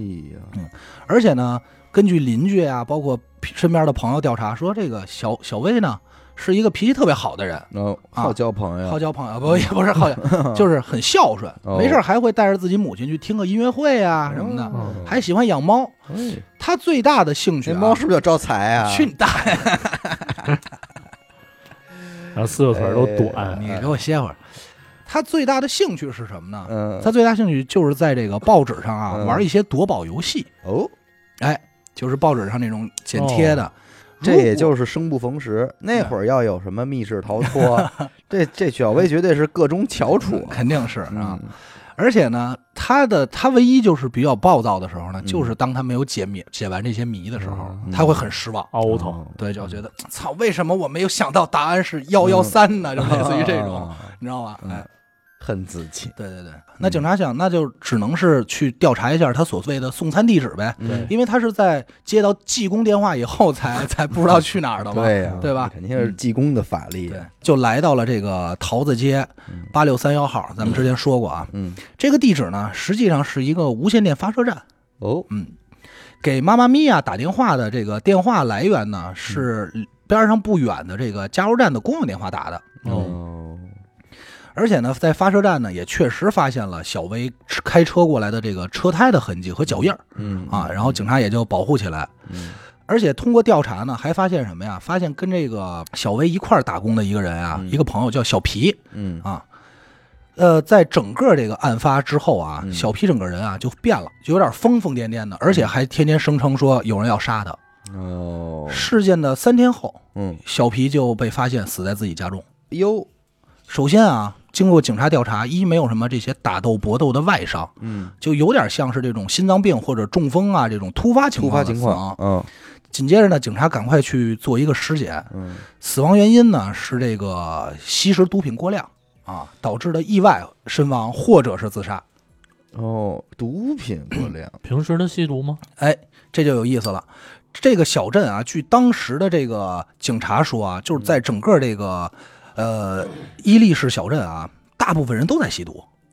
A: 呀，
B: 而且呢，根据邻居啊，包括身边的朋友调查，说这个小小薇呢是一个脾气特别好的人，
A: 然后
B: 啊
A: 好交朋友，
B: 好交朋友，不也不是好交， 就是很孝顺，
A: 嗯哦
B: 没事儿还会带着自己母亲去听个音乐会啊什么的，
A: 哦
B: 还喜欢养猫。
A: 哎
B: 他最大的兴趣、
A: 这
B: 啊，
A: 猫是不是叫招财啊？
B: 去你大爷！
C: 然后四个腿儿都
B: 哎
C: 短，
B: 你给我歇会儿。他最大的兴趣是什么呢？
A: 嗯，
B: 他最大兴趣就是在这个报纸上啊
A: 嗯
B: 玩一些夺宝游戏，
A: 哦，
B: 就是报纸上那种剪贴的。
A: 这也
B: 是
A: 就是生不逢时。那会儿要有什么密室逃脱， 这这小薇绝对是各种翘楚
B: 肯定是啊。
A: 嗯
B: 而且呢，他的他唯一就是比较暴躁的时候呢，
A: 嗯
B: 就是当他没有解谜解完这些谜的时候，
C: 嗯
A: 嗯
B: 他会很失望。
C: 凹头，
B: 对，就觉得操，为什么我没有想到答案是幺幺三呢？就 类似于这种，
A: 啊
B: 你知道吧？
A: 嗯
B: 哎，
A: 恨自己。
B: 对对对。那警察想，那就只能是去调查一下他所谓的送餐地址呗，
A: 嗯
B: 因为他是在接到济公电话以后才 才不知道去哪儿的嘛。
A: 对呀，
B: 对吧嗯
A: 肯定是济公的法力。啊
B: 对，就来到了这个桃子街
A: 嗯
B: 八六三幺号，咱们之前说过啊，
A: 嗯，
B: 这个地址呢，实际上是一个无线电发射站。
A: 哦，
B: 嗯，给妈妈咪呀打电话的这个电话来源
A: 嗯
B: 呢是边上不远的这个加油站的公用电话打的。
C: 哦，
A: 哦，
B: 而且呢，在发射站呢，也确实发现了小薇开车过来的这个车胎的痕迹和脚印儿
A: 嗯
B: 啊，然后警察也就保护起来。
A: 嗯
B: 而且通过调查呢，还发现什么呀？发现跟这个小薇一块儿打工的一个人啊，
A: 嗯
B: 一个朋友叫小皮，
A: 嗯
B: 啊，呃，在整个这个案发之后啊，
A: 嗯
B: 小皮整个人啊就变了，就有点疯疯癫癫的，而且还天天声称说有人要杀他。
A: 哦，
B: 事件的三天后，
A: 嗯
B: 小皮就被发现死在自己家中。
A: 哟，
B: 首先啊，经过警察调查，一没有什么这些打斗搏斗的外伤，
A: 嗯，
B: 就有点像是这种心脏病或者中风啊这种突发情
A: 突
B: 况
A: 发
B: 的
A: 情
B: 死
A: 况
B: 亡。，
A: 嗯
B: 紧接着呢，警察赶快去做一个尸检，
A: 嗯
B: 死亡原因呢是这个吸食毒品过量啊导致的意外身亡或者是自杀。
A: 哦，毒品过量，
C: 平时他吸毒吗？
B: 哎，这就有意思了。这个小镇啊，据当时的这个警察说啊，就是在整个这个呃伊利市小镇啊，大部分人都在吸毒，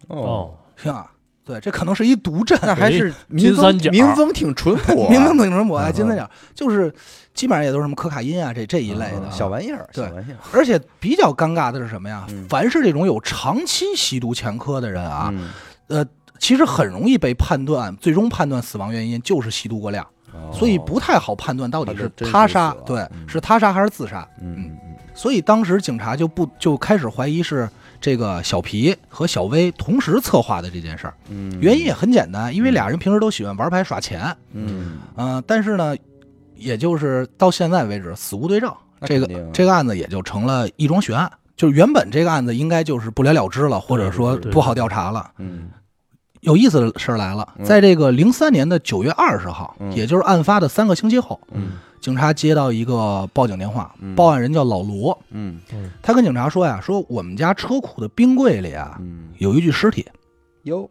A: 哦，
C: 哦，
B: 是吧？对，这可能是一毒镇，
A: 那还是民
C: 金三
A: 风
C: 角
A: 民风挺淳 朴啊，
B: 明明挺淳朴啊，
A: 嗯
B: 金三角就是基本上也都是什么可卡因啊这这一类的
A: 嗯
B: 啊
A: 小。玩意儿，
B: 对
A: 小玩意儿
B: 而且比较尴尬的是什么呀
A: 嗯？
B: 凡是这种有长期吸毒前科的人啊，
A: 嗯
B: 其实很容易被判断，最终判断死亡原因就是吸毒过量，
A: 哦
B: 所以不太好判断到底
A: 他
B: 是
A: 是真
B: 他
A: 是
B: 杀
A: 死了，
B: 对，
A: 嗯
B: 是他杀还是自杀。
A: 嗯嗯
B: 所以当时警察就不就开始怀疑是这个小皮和小薇同时策划的这件事儿。
A: 嗯，
B: 原因也很简单，因为俩人平时都喜欢玩牌耍钱，
A: 嗯，
B: 嗯、但是呢，也就是到现在为止死无对证，
A: 那
B: 这
A: 肯
B: 个
A: 定啊
B: 这个案子也就成了一桩悬案。就是原本这个案子应该就是不了了之了，或者说
C: 对对对
B: 不好调查了。
A: 嗯
B: 有意思的事儿来了，
A: 嗯
B: 在这个零三年的九月二十号，
A: 嗯
B: 也就是案发的三个星期后，
A: 嗯
B: 警察接到一个报警电话，
A: 嗯
B: 报案人叫老罗，
A: 嗯
B: 他跟警察说呀：“说我们家车库的冰柜里啊
A: 嗯，
B: 有一具尸体。
A: 哟，”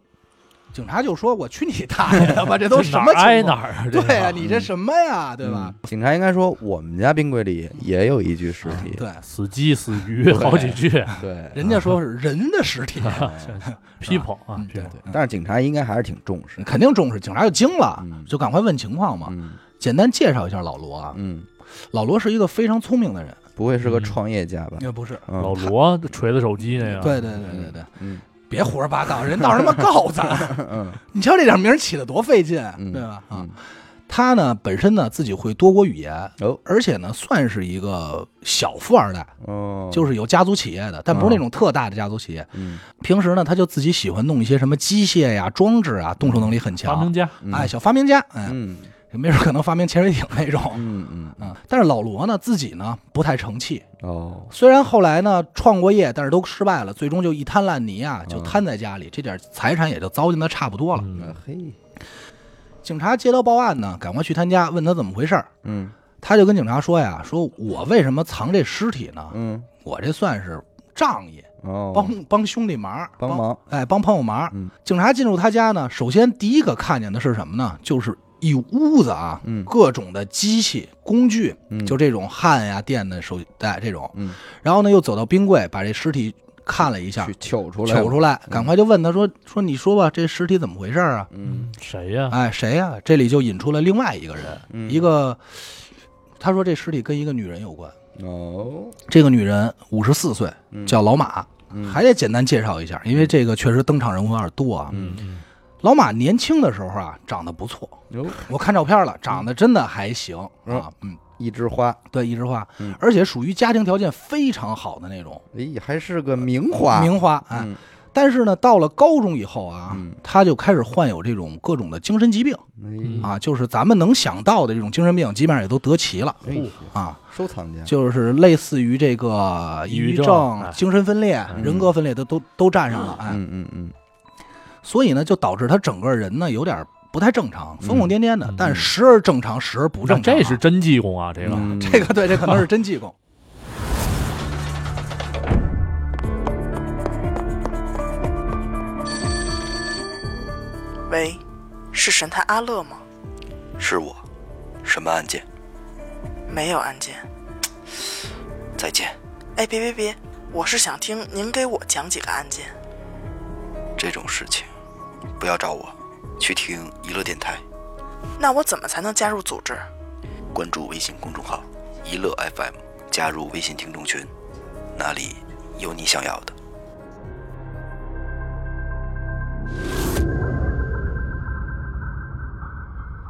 B: 警察就说：“我去你大爷的吧！这都什么
C: 哪儿挨
B: 情况
C: 哪儿啊？
B: 对
C: 呀、
B: 呀、你这什么呀？对吧？
A: 嗯？警察应该说，我们家冰柜里也有一具尸体，
B: 对，
C: 死鸡死鱼好几句
A: 对
B: 人家说是人的尸体，
C: ，people
B: 哎
C: 啊
B: 嗯对
C: ，people，
A: 但是警察应该还是挺重视。
B: 肯定重视。警察就惊了
A: 嗯，
B: 就赶快问情况嘛。
A: 嗯
B: 简单介绍一下老罗啊，
A: 嗯，
B: 老罗是一个非常聪明的人，
A: 不会是个
C: 嗯
A: 创业家吧？
B: 也不是。”
A: 嗯
C: 老罗锤子手机那个，
B: 对对对对对，
A: 嗯
B: 别胡说八道，人到时候他妈告咱！
A: 嗯
B: 你瞧这点名儿起的多费劲，
A: 嗯
B: 对吧？啊，
A: 嗯
B: 他呢本身呢自己会多国语言，
A: 哦
B: 而且呢算是一个小富二代，
A: 哦，
B: 就是是有家族企业的，但不是那种特大的家族企业。
A: 嗯
B: 平时呢，他就自己喜欢弄一些什么机械呀、装置啊，动手能力很
C: 发明
B: 强，
C: 家，
A: 嗯
B: 哎，小发明家，哎，
A: 嗯
B: 没准可能发明潜水艇那种。
A: 嗯嗯
B: 嗯，但是老罗呢，自己呢不太成器，
A: 哦
B: 虽然后来呢创过业，但是都失败了，最终就一滩烂泥啊，就瘫在家里，这点财产也就糟践的差不多了。
A: 呃
C: 嗯，
A: 嘿
B: 警察接到报案呢，赶快去他家问他怎么回事儿，
A: 嗯
B: 他就跟警察说呀：“说我为什么藏这尸体呢？
A: 嗯
B: 我这算是仗义，
A: 哦
B: 帮帮兄弟忙，
A: 帮忙
B: 哎，帮朋友忙。
A: 嗯
B: 警察进入他家呢，首先第一个看见的是什么呢？就是一屋子啊，
A: 嗯
B: 各种的机器工具，
A: 嗯
B: 就这种焊呀、电的手带这种。
A: 嗯
B: 然后呢，又走到冰柜，把这尸体看了一下
A: 去，取出来
B: 取出来，赶快就问他说：“说你说吧，这尸体怎么回事儿啊？”
A: 嗯
C: 谁呀、
B: 哎，谁呀、这里就引出了另外一个人，
A: 嗯
B: 一个，他说这尸体跟一个女人有关。
A: 哦
B: 这个女人五十四岁，
A: 嗯
B: 叫老马。
A: 嗯
B: 还得简单介绍一下，因为这个确实登场人物有点多啊。
A: 嗯
C: 嗯，
B: 老马年轻的时候啊，长得不错，
A: 哟
B: 我看照片了，长得真的还行
A: 嗯
B: 啊。嗯，
A: 一枝花
B: 对，一枝花
A: 嗯，
B: 而且属于家庭条件非常好的那种
A: 哎还是个名花
B: 名花。哎，
A: 嗯
B: 但是呢，到了高中以后啊
A: 嗯，
B: 他就开始患有这种各种的精神疾病
A: 哎
B: 啊，就是咱们能想到的这种精神病，基本上也都得齐了
A: 哎呀
B: 啊。
A: 收藏家
B: 就是类似于这个抑
C: 嗯抑郁
B: 郁
C: 症
B: 症
C: 哎、
B: 精神分裂、
C: 嗯
B: 人格分裂的都都占上了，哎，
A: 嗯嗯嗯
B: 所以呢，就导致他整个人呢有点不太正常，疯疯癫癫的，
C: 嗯
B: 但时而正常，时而不正常啊。
C: 这是真济公啊，这个、
A: 嗯
B: 这个对，这可能是真济 公。
E: 喂，是神探阿乐吗？
F: 是我，什么案件？
E: 没有案件。
F: 再见，
E: 哎，别别别，我是想听您给我讲几个案件。
F: 这种事情不要找我，去听娱乐电台。
E: 那我怎么才能加入组织？
F: 关注微信公众号“一乐 FM”，加入微信听众群，那里有你想要的。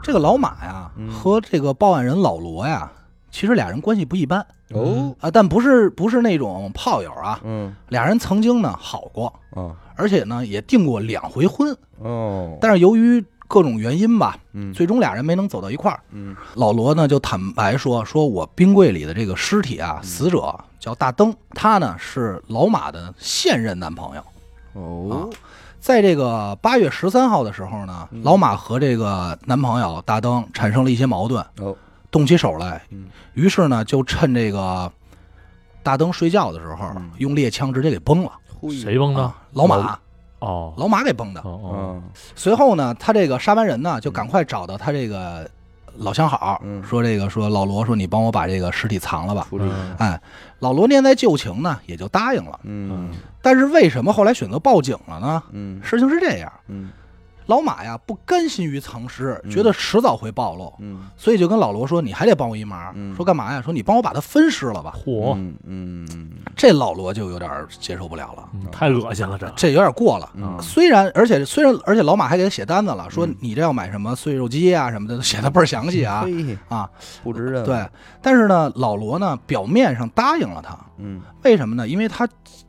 B: 这个老马呀
A: 嗯
B: 和这个报案人老罗呀，其实俩人关系不一般
A: 哦，
B: 啊，但不是不是那种炮友啊，
A: 嗯
B: 俩人曾经呢好过，
A: 哦
B: 而且呢也订过两回婚，
A: 哦，
B: 但是由于各种原因吧，
A: 嗯
B: 最终俩人没能走到一块儿。
A: 嗯
B: 老罗呢就坦白说，说我冰柜里的这个尸体
A: 嗯
B: 啊，死者叫大登，他呢是老马的现任男朋友。啊
A: 哦
B: 在这个八月十三号的时候呢，
A: 嗯
B: 老马和这个男朋友大登产生了一些矛盾，
A: 哦
B: 动起手来
A: 嗯。
B: 于是呢，就趁这个大登睡觉的时候
A: 嗯，
B: 用猎枪直接给崩了。
C: 谁崩的？
B: 啊老马，
C: 哦
B: 老马给崩的。
C: 哦
A: 嗯
B: 随后呢，他这个杀班人呢，就赶快找到他这个老相好，
A: 嗯
B: 说这个说老罗说你帮我把这个尸体藏了吧。
A: 处理
C: 嗯
B: 哎，老罗念在旧情呢，也就答应了。
A: 嗯
B: 但是为什么后来选择报警了呢？
A: 嗯
B: 事情是这样，
A: 嗯
B: 老马呀不甘心于藏尸，
A: 嗯
B: 觉得迟早会暴露，
A: 嗯
B: 所以就跟老罗说：“你还得帮我一忙。
A: 嗯
B: 说干嘛呀？说你帮我把它分尸了吧。
C: 嚯，
A: 嗯嗯
B: 这老罗就有点接受不了了，
C: 嗯太恶心了这。
B: 这有点过了。
A: 嗯
B: 虽然，而且虽然，而且老马还给他写单子了，说你这要买什么碎肉机啊什么的，都写的倍儿详细啊
A: 嘿
B: 啊。
A: 不值
C: 嗯
A: 任
B: 对，但是呢，老罗呢表面上答应了他，
A: 嗯
B: 为什么呢？因为他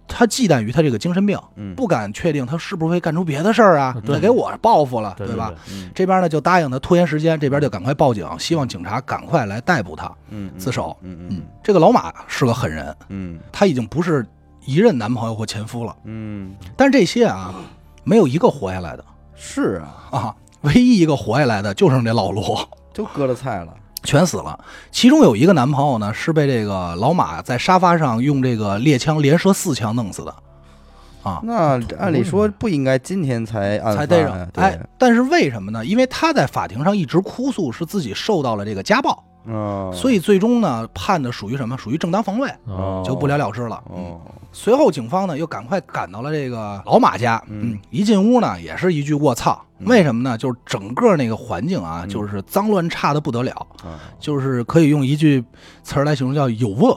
B: 他忌惮于他这个精神病，
A: 嗯
B: 不敢确定他是不是会干出别的事儿啊，
C: 嗯对
B: 再给我报复了，
C: 对
B: 吧？？
A: 嗯
B: 这边呢就答应他拖延时间，这边就赶快报警，希望警察赶快来逮捕他。
A: 嗯嗯
B: 嗯
A: 嗯，
B: 这个老马是个狠人，
A: 嗯
B: 他已经不是一任男朋友或前夫了，
A: 嗯
B: 但是这些啊，没有一个活下来的
A: 是啊，
B: 啊，唯一一个活下来的就是那老罗，
A: 就割了菜了，
B: 全死了。其中有一个男朋友呢是被这个老马在沙发上用这个猎枪连射四枪弄死的。
A: 那按理说不应该今天才案
B: 才
A: 发
B: 逮
A: 呀
B: 着。，哎
A: 对，，
B: 但是为什么呢？因为他在法庭上一直哭诉是自己受到了这个家暴，
A: 嗯，
B: 所以最终呢判的属于什么？属于正当防卫，
C: 哦
B: 就不了了之了。
A: 哦，
B: 随后警方呢又赶快赶到了这个老马家，
A: 嗯
B: 嗯，一进屋呢也是一句卧槽，
A: 嗯
B: 为什么呢？就是整个那个环境啊，
A: 嗯
B: 就是脏乱差的不得了，
A: 啊
B: 就是可以用一句词儿来形容叫有味，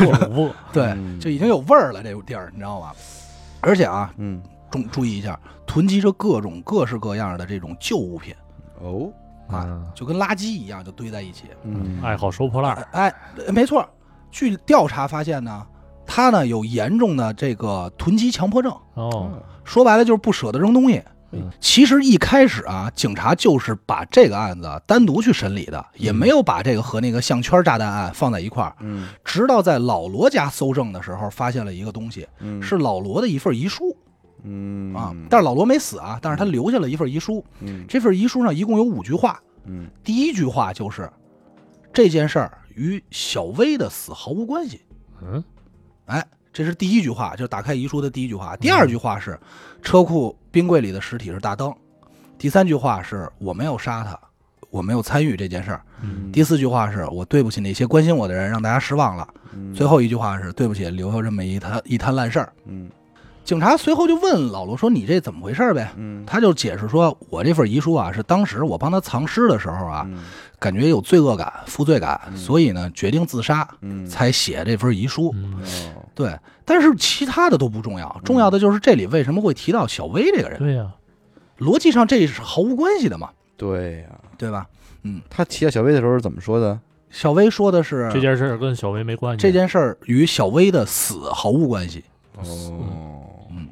C: 有恶
B: 对，
A: 嗯
B: 就已经有味儿了这地儿，你知道吗？而且啊，
A: 嗯
B: 注注意一下，囤积着各种各式各样的这种旧物品。
A: 哦，
C: 啊，
B: 就跟垃圾一样就堆在一起。
A: 嗯
C: 爱好收破烂儿，
B: 哎，没错，据调查发现呢，他呢有严重的这个囤积强迫症，
C: 哦，
B: 说白了就是不舍得扔东西
C: 嗯。
B: 其实一开始啊，警察就是把这个案子单独去审理的，也没有把这个和那个项圈炸弹案放在一块儿。
A: 嗯
B: 直到在老罗家搜证的时候，发现了一个东西，
A: 嗯
B: 是老罗的一份遗书
A: 嗯
B: 啊。但是老罗没死啊，但是他留下了一份遗书。
A: 嗯
B: 这份遗书上一共有五句话，
A: 嗯
B: 第一句话就是这件事儿与小薇的死毫无关系。
C: 嗯，
B: 哎，这是第一句话，就是打开遗书的第一句
A: 嗯
B: 话。第二句话是车库冰柜里的尸体是大灯。第三句话是我没有杀他，我没有参与这件事儿。
A: 嗯
B: 第四句话是我对不起那些关心我的人，让大家失望了。最后一句话是对不起，留下这么一摊一摊烂事儿。
A: 嗯
B: 警察随后就问老罗说：“你这怎么回事儿呗？”
A: 嗯
B: 他就解释说：“我这份遗书啊，是当时我帮他藏尸的时候
C: 嗯
B: 啊，感觉有罪恶感、负罪感，所以呢决定自杀，
A: 嗯
B: 才写这份遗书。
C: 嗯
A: 哦
B: 对，但是其他的都不重要，重要的就是这里为什么会提到小薇这个人，
C: 对呀，
B: 逻辑上这是毫无关系的嘛，
A: 对呀，
B: 对吧？
A: 他提到小薇的时候是怎么说的？
B: 小薇说的是
C: 这件事儿跟小薇没关系，
B: 这件事儿与小薇的死毫无关系。
A: 哦，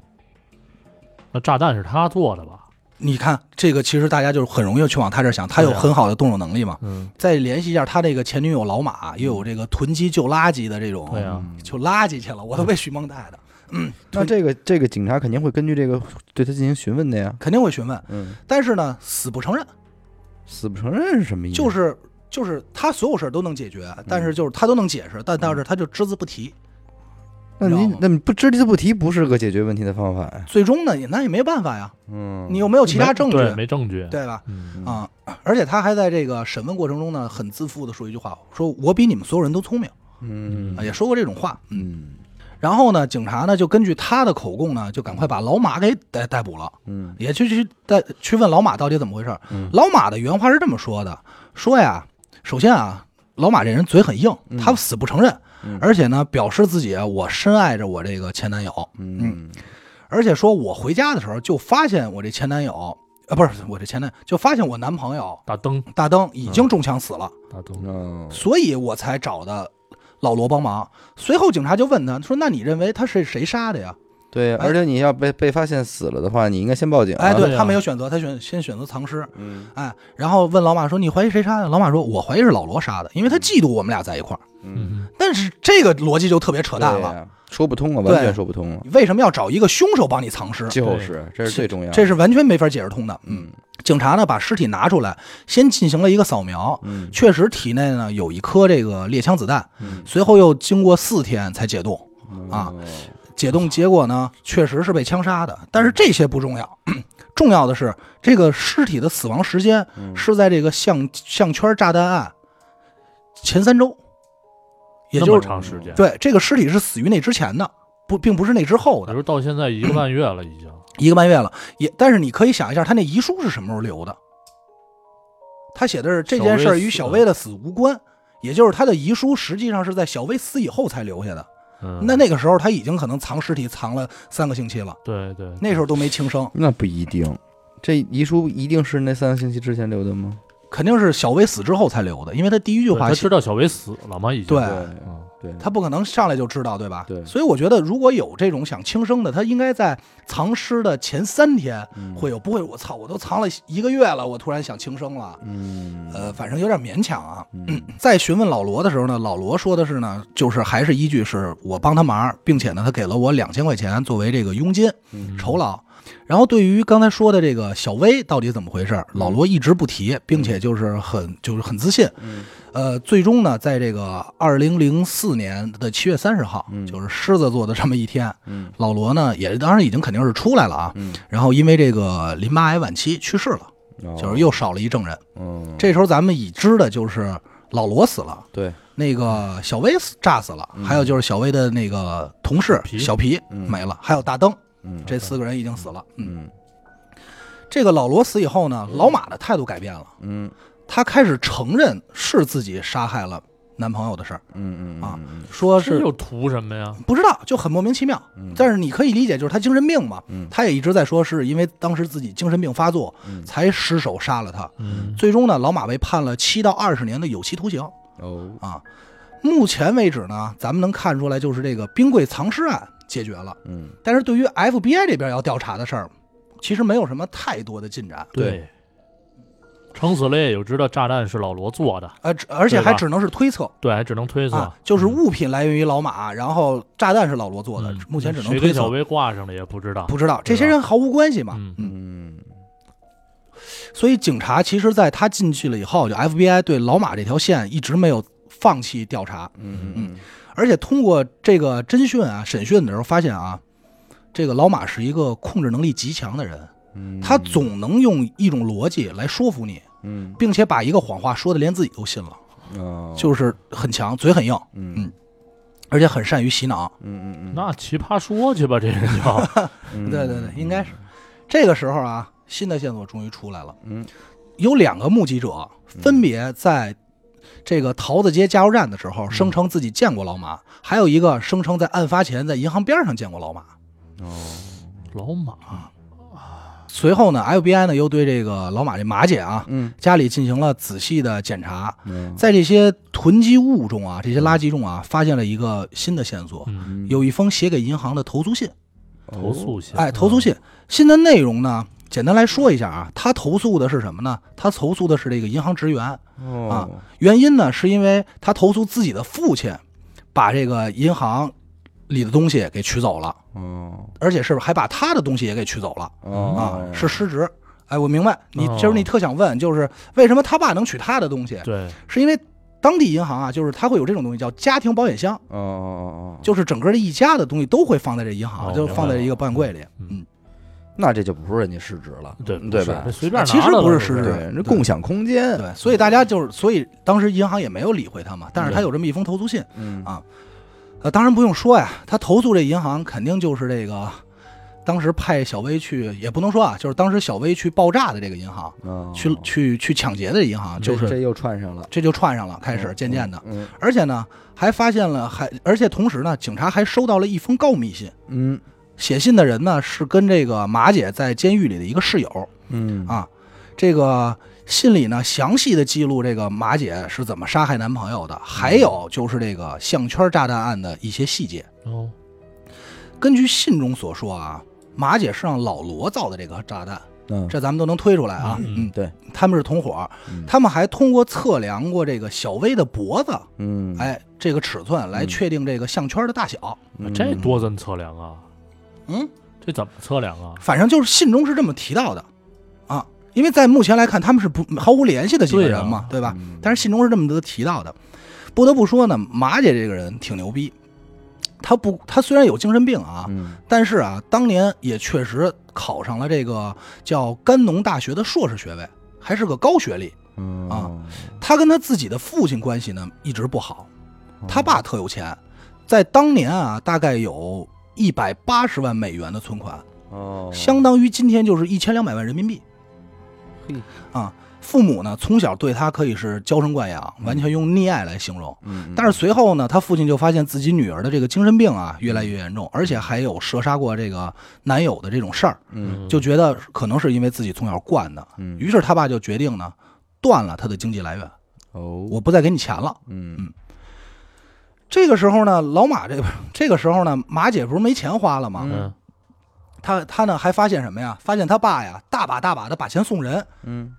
C: 那炸弹是他做的吧？
B: 你看，这个其实大家就是很容易去往他这儿想，他有
C: 对啊
B: 很好的动手能力嘛。
C: 嗯，
B: 再联系一下他这个前女友老马，又有这个囤积旧垃圾的这种，
C: 对啊呀，
B: 就垃圾去了，我都被徐梦带的，
A: 嗯那这个这个警察肯定会根据这个对他进行询问的呀。
B: 肯定会询问。
A: 嗯，
B: 但是呢，死不承认，
A: 死不承认是什么意思？
B: 就是就是他所有事儿都能解决，
A: 嗯
B: 但是就是他都能解释，但但是他就只字不提。
A: 那
B: 你知道
A: 你
B: 吗
A: 那你不知道不提不是个解决问题的方法呀。
B: 最终呢，也那也没办法呀，
A: 嗯，
B: 你又没有其他
C: 没
B: 证据，
C: 对，没证据，
B: 对吧？
C: 嗯，
A: 嗯
B: 啊、而且他还在这个审问过程中呢，很自负的说一句话，说我比你们所有人都聪明，
A: 嗯
B: 啊也说过这种话，嗯。
A: 嗯
B: 然后呢，警察呢就根据他的口供呢，就赶快把老马给逮逮捕了，
A: 嗯
B: 也去去逮去问老马到底怎么回事儿。
A: 嗯
B: 老马的原话是这么说的：说呀，首先啊，老马这人嘴很硬，
A: 嗯
B: 他死不承认，
A: 嗯
B: 而且呢，表示自己啊我深爱着我这个前男友，
A: 嗯
B: 而且说我回家的时候就发现我这前男友，啊，不是我这前男，就发现我男朋友
C: 大灯
B: 大灯已经中枪死了，
C: 大灯，
A: 嗯
B: 所以我才找的老罗帮忙。随后警察就问他说：“那你认为他是谁杀的呀
A: 对，
B: 哎
A: 而且你要被被发现死了的话，你应该先报警？”啊。
B: 哎，对
C: 对啊
B: 他没有选择，他选先选择藏尸。
A: 嗯
B: 哎，然后问老马说：“你怀疑谁杀的？”老马说：“我怀疑是老罗杀的，因为他嫉妒我们俩在一块儿。
A: 嗯，
C: 嗯，”
B: 但是这个逻辑就特别扯淡
A: 对
B: 了，
A: 呀，说不通啊，
B: 对
A: 完全说不通啊，
B: 你为什么要找一个凶手帮你藏尸？
A: 就是这是最重要的，
B: 这是完全没法解释通的。嗯，
A: 嗯
B: 警察呢把尸体拿出来，先进行了一个扫描，
A: 嗯
B: 确实体内呢有一颗这个猎枪子弹，
A: 嗯
B: 随后又经过四天才解冻。啊
A: 哦
B: 解冻结果呢，确实是被枪杀的，但是这些不重要， 重要的是这个尸体的死亡时间
A: 嗯
B: 是在这个项项圈炸弹案前三周，也
C: 那
B: 就
C: 么
B: 是
C: 长时间，，
B: 对这个尸体是死于那之前的，不并不是那之后
C: 比
B: 的
C: 如到现在一个半月了，已经
B: 一个半月了。也但是你可以想一下，他那遗书是什么时候留的？他写的是这件事儿与小
C: 小
B: 薇
C: 薇
B: 的死无关，也就是他的遗书实际上是在小薇死以后才留下的。
C: 嗯，
B: 那那个时候他已经可能藏尸体藏了三个星期了，
C: 对对，
B: 那时候都没轻生，
A: 那不一定，这遗书一定是那三个星期之前留的吗？
B: 肯定是小薇死之后才留的，因为他第一句
C: 对
B: 话
C: 他
B: 写
C: 知道小薇死了嘛，已经
B: 对
C: 嗯
A: 对，
B: 他不可能上来就知道，对吧？
A: 对
B: 所以我觉得如果有这种想轻生的，他应该在藏尸的前三天
A: 嗯
B: 会有，不会我操，我都藏了一个月了，我突然想轻生了，
A: 嗯
B: 呃，反正有点勉强啊。
A: 嗯
B: 在询问老罗的时候呢，老罗说的是呢，就是还是依据是我帮他忙，并且呢，他给了我两千块钱作为这个佣金
A: 嗯
B: 酬劳。然后对于刚才说的这个小薇到底怎么回事，老罗一直不提，并且就是很就是很自信。
A: 嗯
B: 呃，最终呢，在这个二零零四年的七月三十号，
A: 嗯
B: 就是狮子座的这么一天，
A: 嗯
B: 老罗呢也当然已经肯定是出来了啊，
A: 嗯，
B: 然后因为这个淋巴癌晚期去世了，
A: 哦
B: 就是又少了一证人。
A: 嗯
B: 这时候咱们已知的就是老罗死了，
A: 对，
B: 那个小薇死炸死了，
A: 嗯
B: 还有就是小薇的那个同事
C: 皮
B: 小皮
A: 嗯
B: 没了，还有大灯，
A: 嗯
B: 这四个人已经死了。嗯，
A: 嗯
B: 这个老罗死以后呢，老马的态度改变了，
A: 嗯
B: 他开始承认是自己杀害了男朋友的事儿，
A: 嗯嗯
B: 啊
A: 嗯
B: 说
C: 这
B: 是
C: 又图什么呀？
B: 不知道，就很莫名其妙。
A: 嗯
B: 但是你可以理解，就是他精神病嘛，
A: 嗯
B: 他也一直在说是因为当时自己精神病发作
A: 嗯
B: 才失手杀了他。
C: 嗯，
B: 最终呢，老马被判了七到二十年的有期徒刑
A: 哦
B: 啊。目前为止呢，咱们能看出来，就是这个冰柜藏尸案解决了，
A: 嗯
B: 但是对于 FBI 这边要调查的事儿，其实没有什么太多的进展。
A: 对，
C: 撑死了也就知道炸弹是老罗做的，
B: 呃，只而且还
C: 对吧
B: 只能是推测
C: 对，只能推测，
B: 啊，就是物品来源于老马，然后炸弹是老罗做的，
C: 嗯
B: 目前只能
C: 谁
B: 推
C: 跟小
B: 测，
C: 薇挂上了也不知道，
B: 不知道这些人毫无关系嘛。
C: 嗯
A: 嗯
B: 所以警察其实在他进去了以后，就 FBI 对老马这条线一直没有放弃调查，
A: 嗯嗯
B: 而且通过这个侦讯啊、审讯的时候发现啊，这个老马是一个控制能力极强的人，
A: 嗯，
B: 他总能用一种逻辑来说服你，
A: 嗯
B: 并且把一个谎话说的连自己都信了，
A: 哦
B: 就是很强，嘴很硬，
A: 嗯
B: 而且很善于洗脑。
A: 嗯嗯嗯
C: 那奇葩说去吧，这人 就
A: 嗯
B: 对对对，应该是。这个时候啊，新的线索终于出来了，
A: 嗯
B: 有两个目击者分别在这个桃子街加油站的时
A: 嗯
B: 候声称自己见过老马，还有一个声称在案发前在银行边上见过老马。
A: 哦
C: 老马，
B: 随后呢，FBI 呢又对这个老马这马姐啊
A: 嗯
B: 家里进行了仔细的检查，
A: 嗯
B: 在这些囤积物中啊，这些垃圾中啊，发现了一个新的线索，
C: 嗯，
B: 有一封写给银行的投诉信。
C: 投诉信，
B: 哎，投诉信信的内容呢，简单来说一下啊，他投诉的是什么呢？他投诉的是这个银行职员，
A: 哦
B: 原因呢是因为他投诉自己的父亲把这个银行里的东西给取走了，
A: 哦
B: 而且是还把他的东西也给取走了
A: 哦
B: 啊，是失职。哎，我明白你，其实你
C: 哦
B: 特想问，就是为什么他爸能取他的东西？
C: 嗯对，
B: 是因为当地银行啊，就是他会有这种东西叫家庭保险箱。
A: 哦哦哦，
B: 就是整个这一家的东西都会放在这银行，
C: 哦
B: 就是放在
C: 明白了
B: 一个保险柜里。
C: 嗯
B: 嗯，
A: 那这就不是人家失职了，
C: 对
A: 对
C: 不是
A: 吧
C: 这？随便拿
B: 啊其实
C: 的
B: 不是
C: 了
B: 实质
A: 对，这共享空间，
B: 对，所以大家就是，所以当时银行也没有理会他嘛，但是他有这么一封投诉信。
A: 嗯
B: 啊呃，当然不用说呀，他投诉这银行肯定就是这个，当时派小薇去，也不能说啊，就是当时小薇去爆炸的这个银行，
A: 嗯，
B: 去去去抢劫的银行，
A: 这
B: 就是
A: 这又串上了，
B: 这就串上了，开始
A: 嗯
B: 渐渐的，，
A: 嗯
B: 而且呢，还发现了，还而且同时呢，警察还收到了一封告密信，
A: 嗯
B: 写信的人呢是跟这个马姐在监狱里的一个室友
A: 嗯
B: 啊，这个信里呢详细的记录这个马姐是怎么杀害男朋友的，还有就是这个项圈炸弹案的一些细节。
A: 嗯
C: 哦，
B: 根据信中所说啊，马姐是让老罗造的这个炸弹，
A: 嗯
B: 这咱们都能推出来啊。
C: 嗯
B: 嗯，
A: 对，
B: 他们是同伙，
A: 嗯
B: 他们还通过测量过这个小薇的脖子，
A: 嗯，
B: 哎，这个尺寸来
A: 嗯
B: 确定这个项圈的大小。
A: 嗯，
C: 这多怎测量啊？
B: 嗯，
C: 这怎么测量啊？
B: 反正就是信中是这么提到的啊，因为在目前来看，他们是不毫无联系的几个人嘛，对吧？
A: 嗯
B: 但是信中是这么的提到的。不得不说呢，马姐这个人挺牛逼，她不，她虽然有精神病啊，
A: 嗯
B: 但是啊，当年也确实考上了这个叫甘农大学的硕士学位，还是个高学历。
A: 嗯
B: 啊，她跟她自己的父亲关系呢一直不好，她爸特有钱，在当年啊大概有一百八十万美元的存款，
A: 哦，
B: 相当于今天就是一千两百万人民币
A: 嘿。
B: 啊，父母呢从小对他可以是娇生惯养，完全用溺爱来形容。
A: 嗯，嗯
B: 但是随后呢，他父亲就发现自己女儿的这个精神病啊越来越严重，而且还有射杀过这个男友的这种事儿，
A: 嗯
B: 就觉得可能是因为自己从小惯的。
A: 嗯
B: 于是他爸就决定呢，断了他的经济来源，
A: 哦，
B: 我不再给你钱了。
A: 嗯
B: 这个时候呢，老马这这个时候呢，马姐不是没钱花了吗？
C: 嗯，
B: 他他呢还发现什么呀？发现他爸呀大把大把的把钱送人，
A: 嗯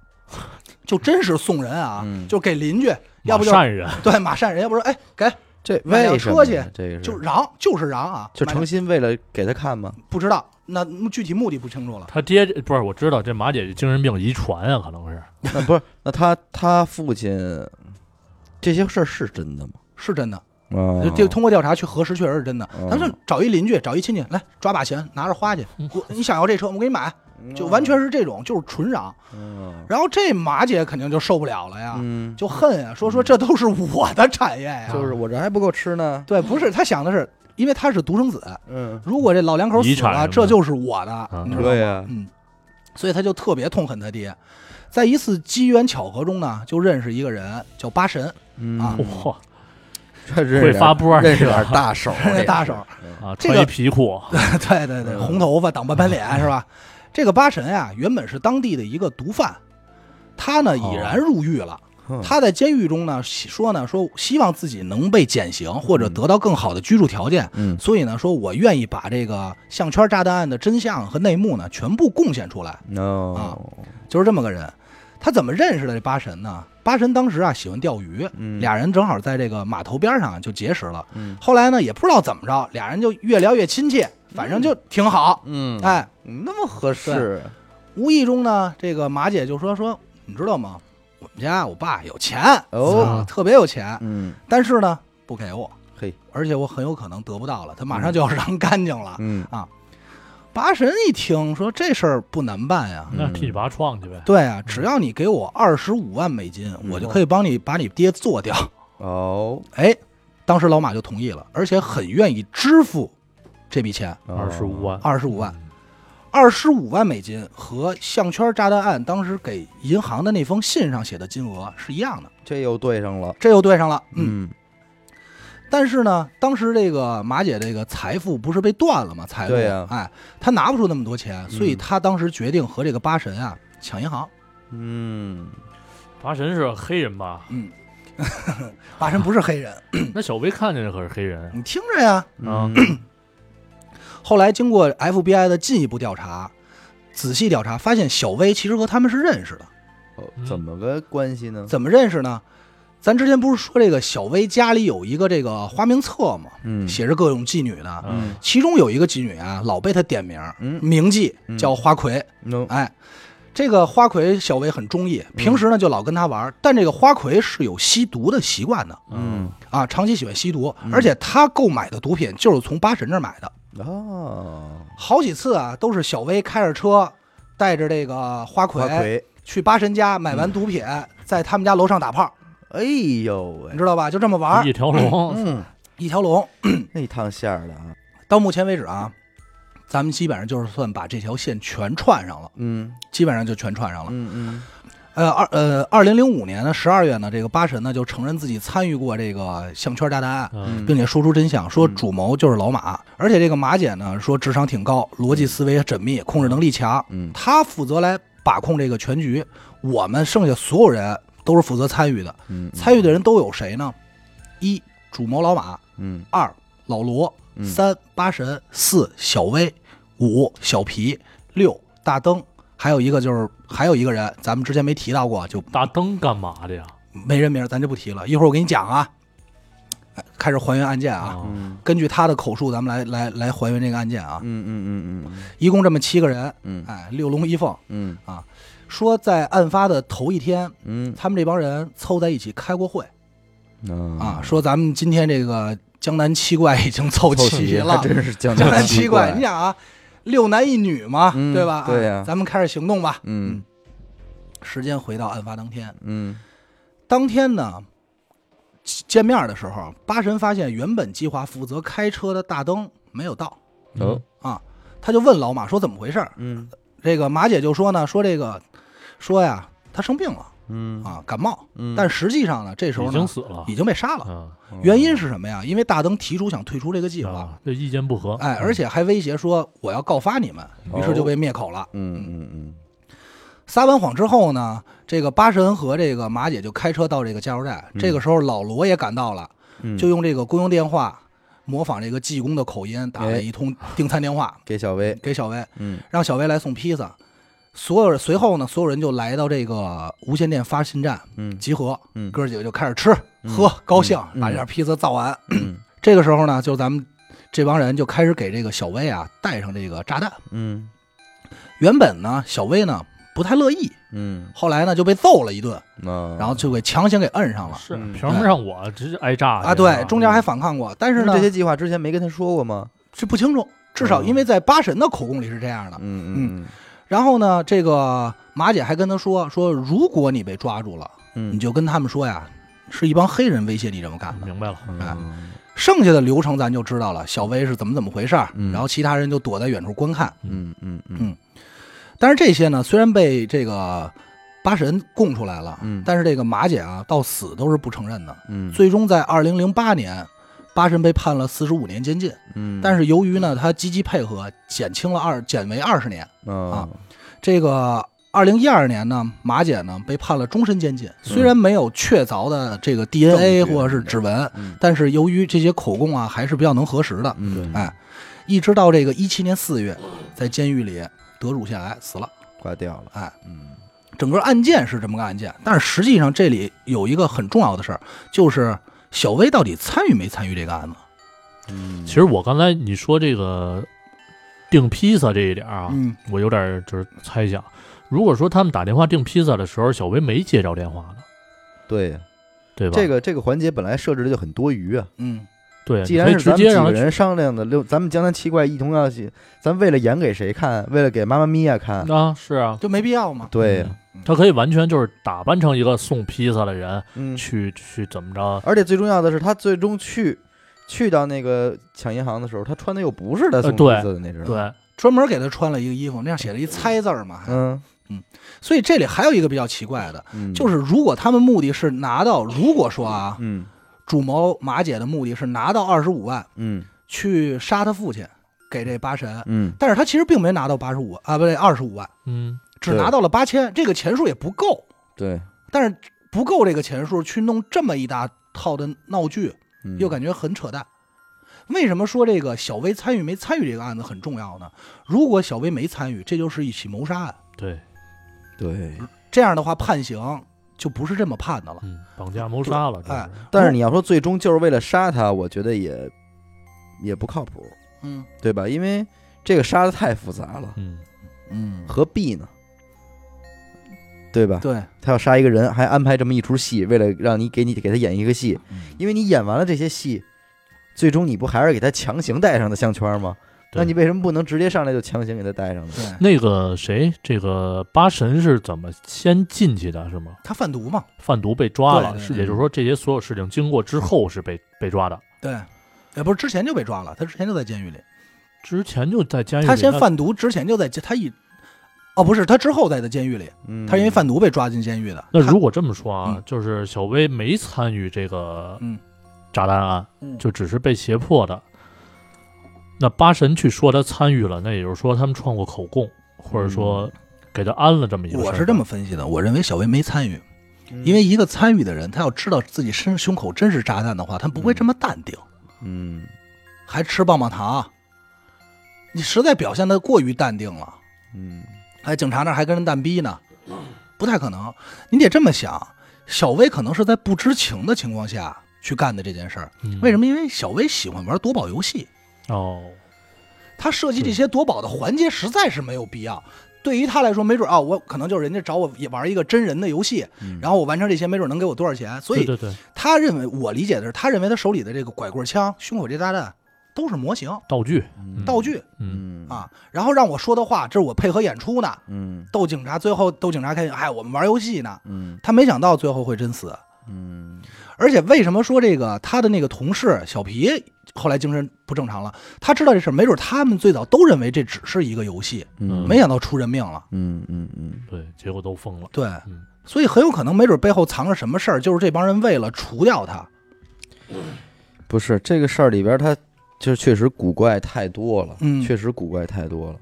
B: 就真是送人啊，
A: 嗯
B: 就给邻居，要不就
C: 善人，
B: 对马善人，要不说哎给
A: 这
B: 买辆
A: 为什
B: 车
A: 么
B: 去
A: 呢这个是
B: 就嚷，就是嚷啊，
A: 就
B: 买
A: 诚心为了给他看吗？
B: 不知道那具体目的不清楚了。
C: 他爹不是我知道这马姐精神病遗传啊，可能是
A: 那不是，那他他父亲这些事儿是真的吗？
B: 是真的，
A: 啊
B: 就就通过调查去核实，确实是真的。
A: 哦
B: 咱们就找一邻居，找一亲戚来抓把钱，拿着 花去。我你想要这车，我给你买，就完全是这种，就是纯嚷。
A: 嗯
B: 然后这马姐肯定就受不了了呀，
A: 嗯，
B: 就恨呀，说说这都是我的产业呀。
A: 就是我这还不够吃呢。
B: 对，不是他想的是，因为他是独生子，
A: 嗯，
B: 如果这老两口
C: 遗
B: 死
C: 产
B: 了，
C: 啊什么
B: 这
C: 的
B: 就是我的，你知道吗？
A: 对呀，
B: 嗯，所以他就特别痛恨他爹。在一次机缘巧合中呢，就认识一个人叫八神，
A: 嗯
B: 啊
C: 哇
A: 这认识
C: 会发波儿
A: 认识点大手啊，这
B: 大手，
C: 啊，
B: 这个
C: 穿一皮裤，
B: 对对
A: 嗯
B: 对，红头发挡半 边脸是吧？这个八神啊，原本是当地的一个毒贩，他呢已然入狱了。
A: 哼
B: 他在监狱中呢说呢说希望自己能被减刑或者得到更好的居住条件，
A: 嗯
B: 所以呢说我愿意把这个项圈炸弹案的真相和内幕呢全部贡献出来。
A: ，no，
B: 就是这么个人。他怎么认识的这八神呢？八神当时啊喜欢钓鱼，
A: 嗯
B: 俩人正好在这个码头边上就结识了。
A: 嗯
B: 后来呢，也不知道怎么着，俩人就越聊越亲切，反正就挺好。
A: 嗯，
B: 哎，
A: 那么合适，啊
B: 无意中呢，这个马姐就说说，你知道吗？我们家我爸有钱
A: 哦
B: 啊特别有钱，
A: 嗯，
B: 但是呢不给我，
A: 嘿，
B: 而且我很有可能得不到了，他马上就要让干净了。
A: 嗯
B: 八神一听说这事儿不难办呀，
A: 嗯
C: 那替你爸创去呗。
B: 对啊，只要你给我二十五万美金，
A: 嗯
B: 我就可以帮你把你爹做掉。
A: 哦
B: 哎，当时老马就同意了，而且很愿意支付这笔钱，
C: 二十五，万，
B: 二十五万，二十五万美金和项圈炸弹案当时给银行的那封信上写的金额是一样的，
A: 这又对上了，
B: 这又对上了。嗯，
A: 嗯
B: 但是呢，当时这个马姐这个财富不是被断了吗？财富，
A: 对呀
B: 哎，她拿不出那么多钱，所以她当时决定和这个八神啊抢银 行。
A: 嗯，
C: 八神是黑人吧？
B: 八神不是黑人，
C: 那小薇看见的可是黑 人
B: 你听着呀，
C: 啊，
B: 后来经过 FBI 的进一步调查，仔细调查，发现小薇其实和他们是认识的。
A: 哦怎么个关系呢？
B: 怎么认识呢？咱之前不是说这个小薇家里有一个这个花名册吗？
A: 嗯啊
B: 写着各种妓女的，
C: 嗯，
B: 其中有一个妓女啊，老被她点名，
A: 嗯
B: 名妓
A: 嗯
B: 叫花魁。
A: ，no，
B: 哎，这个花魁小薇很中意，
A: 嗯
B: 平时呢就老跟她玩，但这个花魁是有吸毒的习惯的
A: 嗯，
B: 啊，长期喜欢吸毒，而且她购买的毒品就是从八神这儿买的。
A: 嗯哦，
B: 好几次啊，都是小薇开着车，带着这个花
A: 花
B: 魁
A: 魁，嗯
B: 去八神家买完毒品，在他们家楼上打炮，
A: 哎呦
B: 你
A: 喂，
B: 知道吧？就这么玩儿
C: 一。条龙，
A: 嗯，
B: 一条龙。
A: 那一趟线儿的啊，
B: 到目前为止啊，咱们基本上就是算把这条线全串上了，
A: 嗯
B: 基本上就全串上了。
A: 嗯嗯，
B: 呃，二呃，二零零五年呢，十二月呢，这个八神呢就承认自己参与过这个项圈大大案，
C: 嗯，
B: 并且说出真相，说主谋就是老马，而且这个马姐呢说智商挺高，逻辑思维缜密，控制能力强，
A: 嗯
B: 她负责来把控这个全局。我们剩下所有人都是负责参与的，
A: 嗯，
B: 参与的人都有谁呢？一主谋老马，
A: 嗯
B: 二老罗，
A: 嗯
B: 三八神，四小薇，五小皮，六大灯，还有一个就是还有一个人，咱们之前没提到过，就
C: 大灯干嘛的呀？
B: 没人名儿，咱就不提了。一会儿我给你讲啊，哎开始还原案件啊，
C: 啊，
A: 嗯
B: 根据他的口述，咱们来来来还原这个案件啊。
A: 嗯嗯嗯嗯
B: 一共这么七个人，
A: 嗯
B: 哎，六龙一凤。
A: 嗯
B: 说在案发的头一天，
A: 嗯
B: 他们这帮人凑在一起开过会
A: 嗯
B: 啊，说咱们今天这个江南七怪已经凑
A: 凑
B: 齐 了
A: 还，真 是 江
B: 江南
A: 南
B: 七怪，你想啊，六男一女嘛，
A: 嗯
B: 对吧？啊
A: 对呀
B: 咱们开始行动吧。
A: 嗯
B: 时间回到案发当天，
A: 嗯
B: 当天呢，见面的时候，八神发现原本计划负责开车的大灯没有到
A: 哦
B: 啊，他就问老马说怎么回事儿。
A: 嗯
B: 这个马姐就说呢，说这个，说呀，他生病了
A: 嗯
B: 啊，感冒，
A: 嗯
B: 但实际上呢，这时候
C: 已
B: 呢
C: 经死了
B: 已，经被杀了。
C: 嗯
B: 原因是什么呀？因为大灯提出想退出这个计划，
C: 啊，这意见不合，
B: 哎，而且还威胁说我要告发你们，
C: 哦
B: 于是就被灭口了。
A: 嗯嗯
B: 撒完谎之后呢，这个八神和这个马姐就开车到这个加油站。
C: 嗯
B: 这个时候老罗也赶到了，
A: 嗯，
B: 就用这个公用电话模仿这个济公的口音打了一通
A: 哎
B: 订餐电话
A: 给小薇，
B: 给小薇，
A: 嗯
B: 让小薇来送披萨。所有人随后呢，所有人就来到这个无线电发信站
A: 嗯
B: 集合，
A: 嗯
B: 哥儿几个就开始吃喝，高兴
A: 嗯
B: 把这点披萨造完。
A: 嗯
B: 这个时候呢，就咱们这帮人就开始给这个小薇啊带上这个炸弹。
A: 嗯
B: 原本呢，小薇呢不太乐意，
A: 嗯，啊
B: 后来呢就被揍了一顿，
A: 那
B: 然后就给强行给摁上了
C: 是
A: 嗯
C: 凭什么让我直接挨炸去
B: 啊。对，中间还
C: 是
B: 反抗过，但
A: 但
B: 是
A: 是
B: 呢
A: 哎这些计划之前没跟他说过吗？
B: 这不清楚，至少因为在八神的口供里是这样的。
A: 哦嗯嗯
B: 然后呢，这个马姐还跟他说说，如果你被抓住了，
A: 嗯，
B: 你就跟他们说呀，是一帮黑人威胁你这么干
C: 吧
B: 的。
C: 明白了，
B: 啊
A: 嗯
B: 剩下的流程咱就知道了，小薇是怎么怎么回事儿，
A: 嗯
B: 然后其他人就躲在远处观看。
A: 嗯嗯嗯
B: 但是这些呢，虽然被这个八神供出来了，
A: 嗯
B: 但是这个马姐啊，到死都是不承认的。
A: 嗯，
B: 最终在二零零八年，八神被判了四十五年监禁，
A: 嗯，
B: 但是由于呢他积极配合，减轻了二减为二十年。
A: 啊
B: 这个二零一二年呢，马姐呢被判了终身监禁，虽然没有确凿的这个 DNA
A: 嗯证据
B: 或者是指纹
A: 嗯，
B: 但是由于这些口供啊还是比较能核实的，
A: 嗯，
B: 哎，一直到这个一七年四月，在监狱里得乳腺癌死了。
A: 挂掉了，
B: 哎，
A: 嗯
B: 整个案件是这么个案件，但是实际上这里有一个很重要的事儿，就是小薇到底参与没参与这个案子？
A: 嗯，
C: 其实我刚才你说这个订披萨这一点儿啊，
B: 嗯，
C: 我有点儿就是猜想，如果说他们打电话订披萨的时候，小薇没接着电话呢，
A: 对
C: 对吧？
A: 这个这个环节本来设置的就很多余啊，
B: 嗯，
C: 对，
A: 既
C: 你
A: 然
C: 可以
A: 是
C: 直
A: 咱们
C: 接
A: 几
C: 让他
A: 个
C: 去
A: 人商量的，六咱们江南七怪一同要去，咱为了演给谁看？为了给妈妈咪呀看？
C: 啊，是啊，
B: 就没必要嘛。
A: 对呀，
C: 嗯他可以完全就是打扮成一个送披萨的人，
A: 嗯，
C: 去去怎么着？
A: 而且最重要的是，他最终去去到那个抢银行的时候，他穿的又不是他送
C: 呃
A: 披
C: 对
A: 萨的那身，，
C: 对，
B: 专门给她穿了一个衣服，那样写了一猜字儿嘛。还
A: 嗯
B: 所以这里还有一个比较奇怪的，
A: 嗯，
B: 就是如果他们目的是拿到，如果说啊，
A: 嗯
B: 主谋马姐的目的是拿到二十五万
A: 嗯
B: 去杀他父亲，给这八神，
A: 嗯，
B: 但是他其实并没拿到八十五啊，不对，二十五万，
C: 嗯，
B: 只
A: 对
B: 拿到了八千，这个钱数也不够。
A: 对，
B: 但是不够这个钱数去弄这么一大套的闹剧，
A: 嗯
B: 又感觉很扯淡。为什么说这个小薇参与没参与这个案子很重要呢？如果小薇没参与，这就是一起谋杀案。
C: 对，
A: 对，
B: 这样的话，判刑就不是这么判的了。
C: 嗯，绑架谋杀了，这
B: 哎
C: 是
A: 但是你要说最终就是为了杀他，我觉得也也不靠谱，
B: 嗯
A: 对吧？因为这个杀的太复杂了，
C: 嗯，
B: 嗯，
A: 何必呢？对吧？
B: 对，
A: 他要杀一个人，还安排这么一出戏，为了让你给你给他演一个戏，因为你演完了这些戏，最终你不还是给他强行戴上的项圈吗？
C: 对
A: 那你为什么不能直接上来就强行给他戴上呢？
B: 对
C: 那个谁，这个八神是怎么先进去的？是吗？
B: 他贩毒嘛，
C: 贩毒被抓
B: 对
C: 了，
B: 对
C: 是
B: 对
C: 也就是说这些所有事情经过之后是被被抓的。
B: 对，哎，不是之前就被抓了，他之前就在监狱里，
C: 之前就在监狱里，
B: 他先
C: 那
B: 贩毒之前就在监，他一，哦，不是，他之后在的监狱里，
A: 嗯
B: 他是因为贩毒被抓进监狱的。
C: 那
B: 他
C: 如果这么说啊
B: 嗯，
C: 就是小薇没参与这个
B: 嗯
C: 炸弹案，
B: 嗯
C: 就只是被胁迫的。那八神去说他参与了，那也就是说他们串过口供，或者说给他安了这么一个事
B: 嗯
C: 儿。
B: 我是这么分析的，我认为小薇没参与，
A: 嗯
B: 因为一个参与的人，他要知道自己身胸口真是炸弹的话，他不会这么淡定，
A: 嗯
B: 还吃棒棒糖。你实在表现的过于淡定了，
A: 嗯
B: 哎，警察那儿还跟人蛋逼呢，不太可能。你得这么想，小薇可能是在不知情的情况下去干的这件事儿。
C: 嗯
B: 为什么？因为小薇喜欢玩夺宝游戏，
C: 哦，
B: 她设计这些夺宝的环节实在是没有必要。对于她来说，没准啊，我可能就是人家找我也玩一个真人的游戏，
A: 嗯
B: 然后我完成这些，没准能给我多少钱。所
C: 对
B: 以
C: 对对，
B: 她认为，我理解的是，她认为她手里的这个拐棍枪、胸口这炸弹都是模型
C: 道具，
A: 嗯
B: 道具
C: 嗯，
A: 嗯
B: 啊。然后让我说的话，这是我配合演出呢，
A: 嗯
B: 逗警察，最后逗警察开心，哎，我们玩游戏呢。
A: 嗯
B: 他没想到最后会真死。
A: 嗯
B: 而且为什么说这个他的那个同事小皮后来精神不正常了？他知道这事儿，没准他们最早都认为这只是一个游戏，
A: 嗯
B: 没想到出人命了。
A: 嗯嗯嗯
C: 对，结果都疯了。
B: 对
C: 嗯，
B: 所以很有可能没准背后藏着什么事儿，就是这帮人为了除掉他。
A: 不是这个事儿里边他。就是确实古怪太多了，
B: 嗯
A: 确实古怪太多了。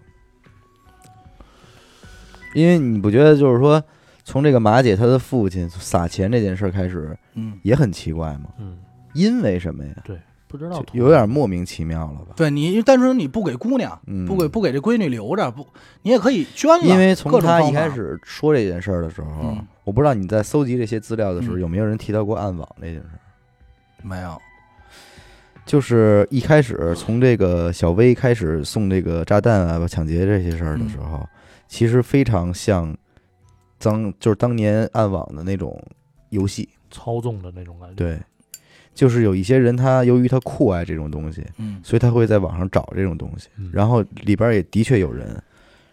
A: 因为你不觉得就是说，从这个马姐她的父亲撒钱这件事儿开始
B: 嗯，
A: 也很奇怪吗？
C: 嗯，
A: 因为什么呀？
C: 不知道
A: 就
C: 同
A: 有点莫名其妙了吧？
B: 对你单纯你不给姑娘，
A: 嗯，
B: 不给不给这闺女留着，不你也可以捐了。
A: 因为从
B: 各种
A: 他
B: 方
A: 一开
B: 法，
A: 始说这件事儿的时候，
B: 嗯
A: 我不知道你在搜集这些资料的时候、
B: 嗯
A: 有没有人提到过暗网这件事儿。
B: 没有，
A: 就是一开始从这个小薇开始送这个炸弹啊、抢劫这些事儿的时候，其实非常像当就是当年暗网的那种游戏，
C: 操纵的那种感觉。，
A: 对，就是有一些人他由于他酷爱这种东西，
B: 嗯，
A: 所以他会在网上找这种东西，
C: 嗯
A: 然后里边也的确有人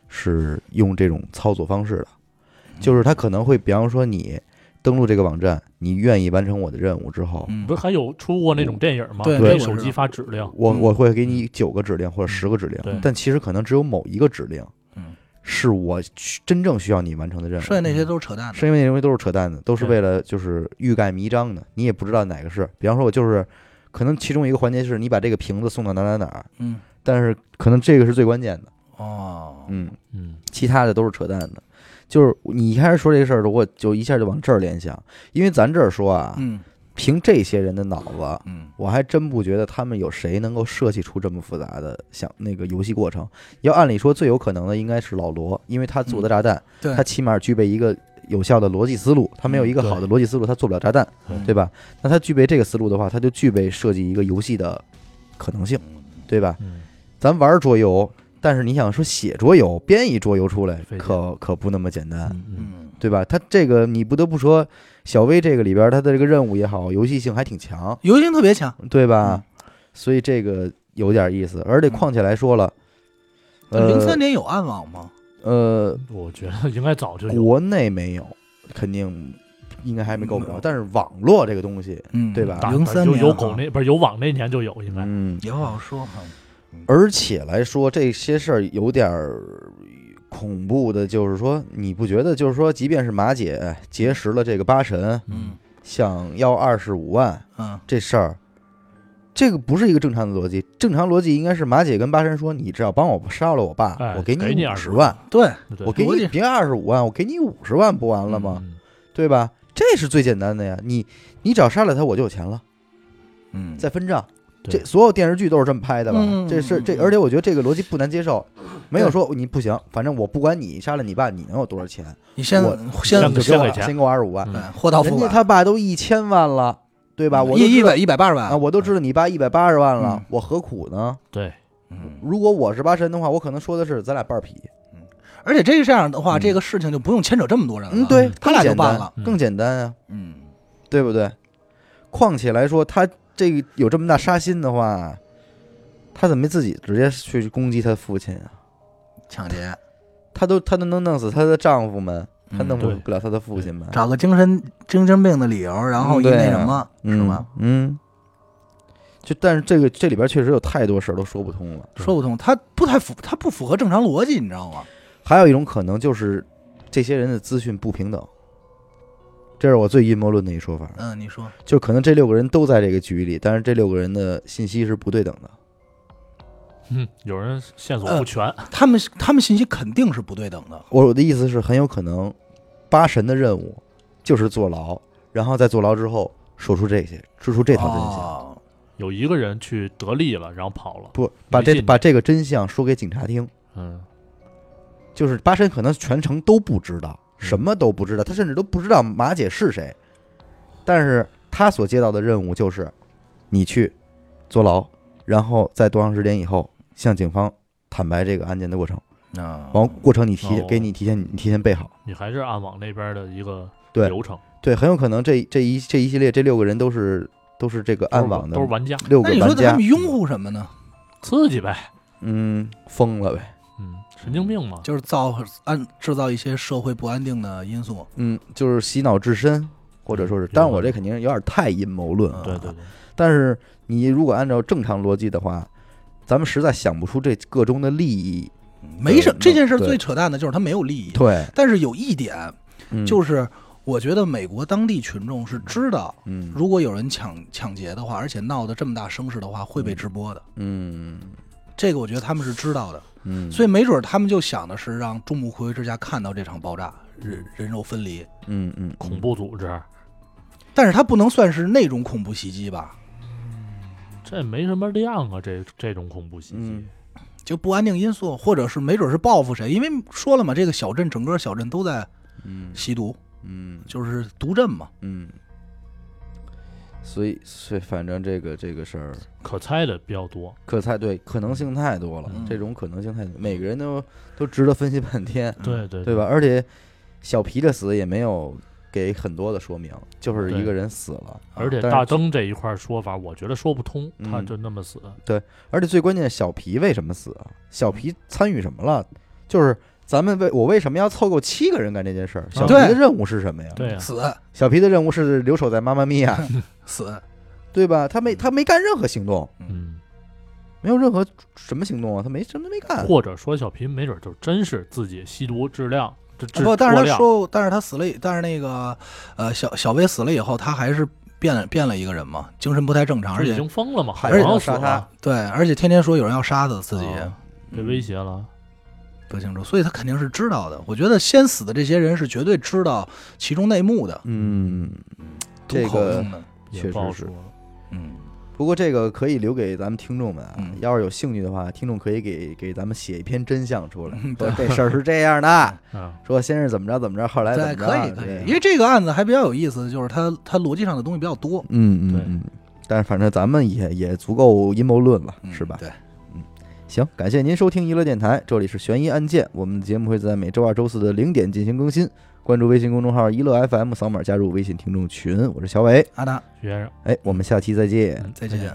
A: 是用这种操作方式的，就是他可能会，比方说你登录这个网站，你愿意完成我的任务之后，
B: 嗯
C: 不是还有出过那种电影吗？
B: 对
C: 给
B: 对
C: 手机发指令。
A: 我
B: 嗯
A: 我会给你九个指令或者十个指
C: 对
A: 令，但其实可能只有某一个指令
B: 嗯，
A: 是我需真正需要你完成的任务。
B: 剩下那些都是啊扯淡的。
A: 是因为那东西都是扯淡的，都是
C: 对
A: 为了就是欲盖弥彰的，你也不知道哪个是。比方说，我就是可能其中一个环节是你把这个瓶子送到哪哪哪儿，
B: 嗯，
A: 但是可能这个是最关键的，
B: 哦，
A: 嗯，
C: 嗯，
A: 其他的都是扯淡的。就是你一开始说这事儿的，我就一下就往这儿联想，因为咱这儿说啊，
B: 嗯
A: 凭这些人的脑子，
B: 嗯
A: 我还真不觉得他们有谁能够设计出这么复杂的想那个游戏过程。要按理说最有可能的应该是老罗，因为他
C: 嗯
A: 做的炸弹，
B: 对
A: 他起码具备一个有效的逻辑思路，他没有一个好的逻辑思路，他做不了炸弹，
C: 嗯
A: 对吧？那他具备这个思路的话，他就具备设计一个游戏的可能性，对吧？
C: 嗯，
A: 咱玩桌游，但是你想说写桌游、编一桌游出来
C: 费，劲
A: 可可不那么简单，
C: 嗯嗯
B: 嗯
A: 对吧？他这个你不得不说，小薇这个里边儿他的这个任务也好，游戏性还挺强，
B: 游戏性特别强，
A: 对吧？所以这个有点意思，而且况且来说了，
B: 零
A: 呃
B: 三年有暗网吗？
A: 呃，
C: 我觉得应该早就有。
A: 国内没有，肯定应该还没够不
B: 没
A: 着
B: 有，
A: 但是网络这个东西，
B: 嗯
A: 对吧
C: 打
B: 零三
C: 有
B: 年
C: 有
A: 啊
B: 哈
C: 狗那不是有网那年就有，应该。
A: 嗯，
B: 也不好说哈。
A: 而且来说这些事儿有点儿恐怖的，就是说你不觉得，就是说，即便是马姐结识了这个八神，
B: 嗯
A: 想要二十五万
B: 嗯
A: 这事儿。这个不是一个正常的逻辑，正常逻辑应该是马姐跟八神说：“你只要帮我杀了我爸，
C: 哎
A: 我给
C: 给你
A: 五十
C: 20
A: 万。”
B: 嗯对，
C: 对
A: 我给
B: 逻
A: 你
B: 辑
A: 别二十五万，我给你五十万，不完了吗？？
C: 嗯
A: 对吧？这是最简单的呀。你你只要杀了他，我就有钱了，
B: 嗯
A: 再分账。
C: 对
A: 这所有电视剧都是这么拍的吧？
B: 嗯
A: 这是这，而且我觉得这个逻辑不难接受，没有说你不行，反正我不管你杀了你爸，你能有多少钱，
B: 你先
A: 我
B: 先
A: 你就给
C: 先
A: 我
C: 给钱
A: 先给我二十五万，
C: 嗯
B: 对哎货到付
A: 人家
B: 款，嗯
A: 他爸都一千万了，对吧？我都
B: 一一
A: 知道
B: 百一百八十万
A: 啊，我都知道你爸一百八十万了，
B: 嗯
A: 我何苦呢？
C: 对，
B: 嗯，
A: 如果我是八神的话，我可能说的是咱俩半儿劈，
B: 而且这这样的话，
A: 嗯
B: 这个事情就不用牵扯这么多人了。
A: 嗯，对，
B: 他俩就办了。
A: 更简单啊。
B: 嗯，
A: 对不对？况且来说，他这个有这么大杀心的话，他怎么没自己直接去攻击他父亲啊？
B: 抢劫，
A: 他都他都能弄死他的丈夫们，
B: 嗯
A: 他弄
C: 对
A: 不了他的父亲们，
B: 找个精神精神病的理由，然后
A: 嗯
B: 一
A: 对
B: 那
A: 啊
B: 什么，
A: 嗯
B: 是吧？？
A: 嗯，就但是这个这里边确实有太多事儿都说不通了。
B: 说不通，他不太符，他不符合正常逻辑，你知道吗？
A: 还有一种可能就是这些人的资讯不平等，这是我最阴谋论的一说法，
B: 嗯，你说，
A: 就可能这六个人都在这个局里，但是这六个人的信息是不对等的。
C: 嗯， 有人线
A: 嗯
C: 索不全，
B: 他们他们信息肯定是不对等的，
A: 我的意思是，很有可能八神的任务就是坐牢，然后在坐牢之后说出这些，说出这套真相。
B: 哦
C: 有一个人去得利了，然后跑了。
A: 不把
C: 没
A: 这
C: 劲
A: 把这个真相说给警察听，
C: 嗯，
A: 就是八神可能全程都不知道，什么都不知道，他甚至都不知道马姐是谁，但是他所接到的任务就是，你去坐牢，然后在多长时间以后向警方坦白这个案件的过程，
B: 啊，
A: 完过程你提
C: 哦
A: 给你提前你提前备好，
C: 你还是暗网那边的一个
A: 对
C: 流程，
A: 对，很有可能这这一这一系列这六个人都是都是这个
C: 都是
A: 暗网的
C: 都是玩家，
A: 六
B: 那
A: 个
B: 你说
A: 玩
B: 他
A: 家
B: 们，拥护什么呢？
C: 刺激呗。
A: 嗯，疯了呗，
C: 嗯，神经病
A: 啊
C: 嘛。
B: 就是造安制造一些社会不安定的因素。
A: 嗯，就是洗脑至深。或者说
B: 嗯
A: 是，但是我这肯定有点太阴谋论了。
C: 对对对，
A: 但是你如果按照正常逻辑的话，咱们实在想不出这个中的利益。
B: 没什
A: 对
B: 这件事儿
A: 对
B: 最扯淡的就是他没有利益，
A: 对，
B: 但是有一点
A: 嗯、
B: 就是，我觉得美国当地群众是知道，
A: 嗯
B: 如果有人抢抢劫的话，而且闹得这么大声势的话，会被直播的。
A: 嗯
B: 这个我觉得他们是知道的，
A: 嗯，
B: 所以没准儿他们就想的是让众目睽睽之下看到这场爆炸，人人肉分离。
A: 嗯嗯
C: 恐怖组织
B: 但是它不能算是那种恐怖袭击吧？
C: 这没什么量啊，这这种恐怖袭击
A: 嗯，
B: 就不安定因素，或者是没准儿是报复谁？因为说了嘛，这个小镇整个小镇都在
A: 嗯
B: 吸毒，
A: 嗯
B: 就是毒镇嘛。
A: 嗯，所以所以反正这个这个事儿
C: 可猜的比较多。
A: 可太对可能性太多了，
B: 嗯
A: 这种可能性太多，每个人都都值得分析半天，
C: 对对
A: 嗯对吧？？而且小皮的死也没有给很多的说明，就是一
C: 对
A: 个人死了，
C: 而且
A: 但是
C: 大灯这一块说法，我觉得说不通，
A: 嗯
C: 他就那么死，
A: 而且最关键，小皮为什么死啊？小皮参与什么了？就是咱们为我为什么要凑够七个人干这件事儿？小皮
B: 对
A: 的任务是什么呀？
C: 啊对呀，啊
B: 死
A: 小皮的任务是留守在妈妈咪 呀，
B: 死，
A: 对吧？他没他没干任何行动，
C: 嗯。
A: 没有任何什么行动啊，他没什么都没干。
C: 或者说小皮没准就真是自己吸毒质量，这
A: 啊
C: 质
B: 啊不，但是
C: 过
B: 他
C: 量
B: 说，但是他死了以，但是那个呃，小小薇死了以后，他还是变了变了一个人嘛，精神不太正常，
C: 就
B: 而
C: 已
B: 且
C: 经疯了嘛，
A: 还
C: 海
A: 有人
C: 王
A: 要
C: 死
A: 杀他
C: 了，，
B: 对，而且天天说有人要杀他自己，
C: 哦被威胁
A: 嗯
C: 了，
B: 不清楚，所以他肯定是知道的。我觉得先死的这些人是绝对知道其中内幕的，
A: 嗯，
B: 堵
A: 这
B: 口
A: 个
B: 用的，
C: 也
A: 确
C: 不好
A: 实是
C: 说了。
B: 嗯，
A: 不过这个可以留给咱们听众们啊，
B: 嗯
A: 要是有兴趣的话，听众可以给给咱们写一篇真相出来，
B: 嗯
A: 说这事儿是这样的，
C: 嗯，
A: 说先是怎么着怎么着，后来怎么
B: 对，
A: 着，
B: 可以可
A: 对
B: 以，因为这个案子还比较有意思，就是它它逻辑上的东西比较多，
A: 嗯
C: 对
A: 嗯嗯，但是反正咱们也也足够阴谋论了，
B: 嗯
A: 是吧？
B: 对，
A: 行，感谢您收听娱乐电台，这里是悬疑案件，我们的节目会在每周二、周四的零点进行更新。关注微信公众号“一乐 FM”，扫码加入微信听众群。我是小伟，
B: 阿达，
C: 徐先生，
A: 哎，我们下期再见。
C: 嗯
B: 再见。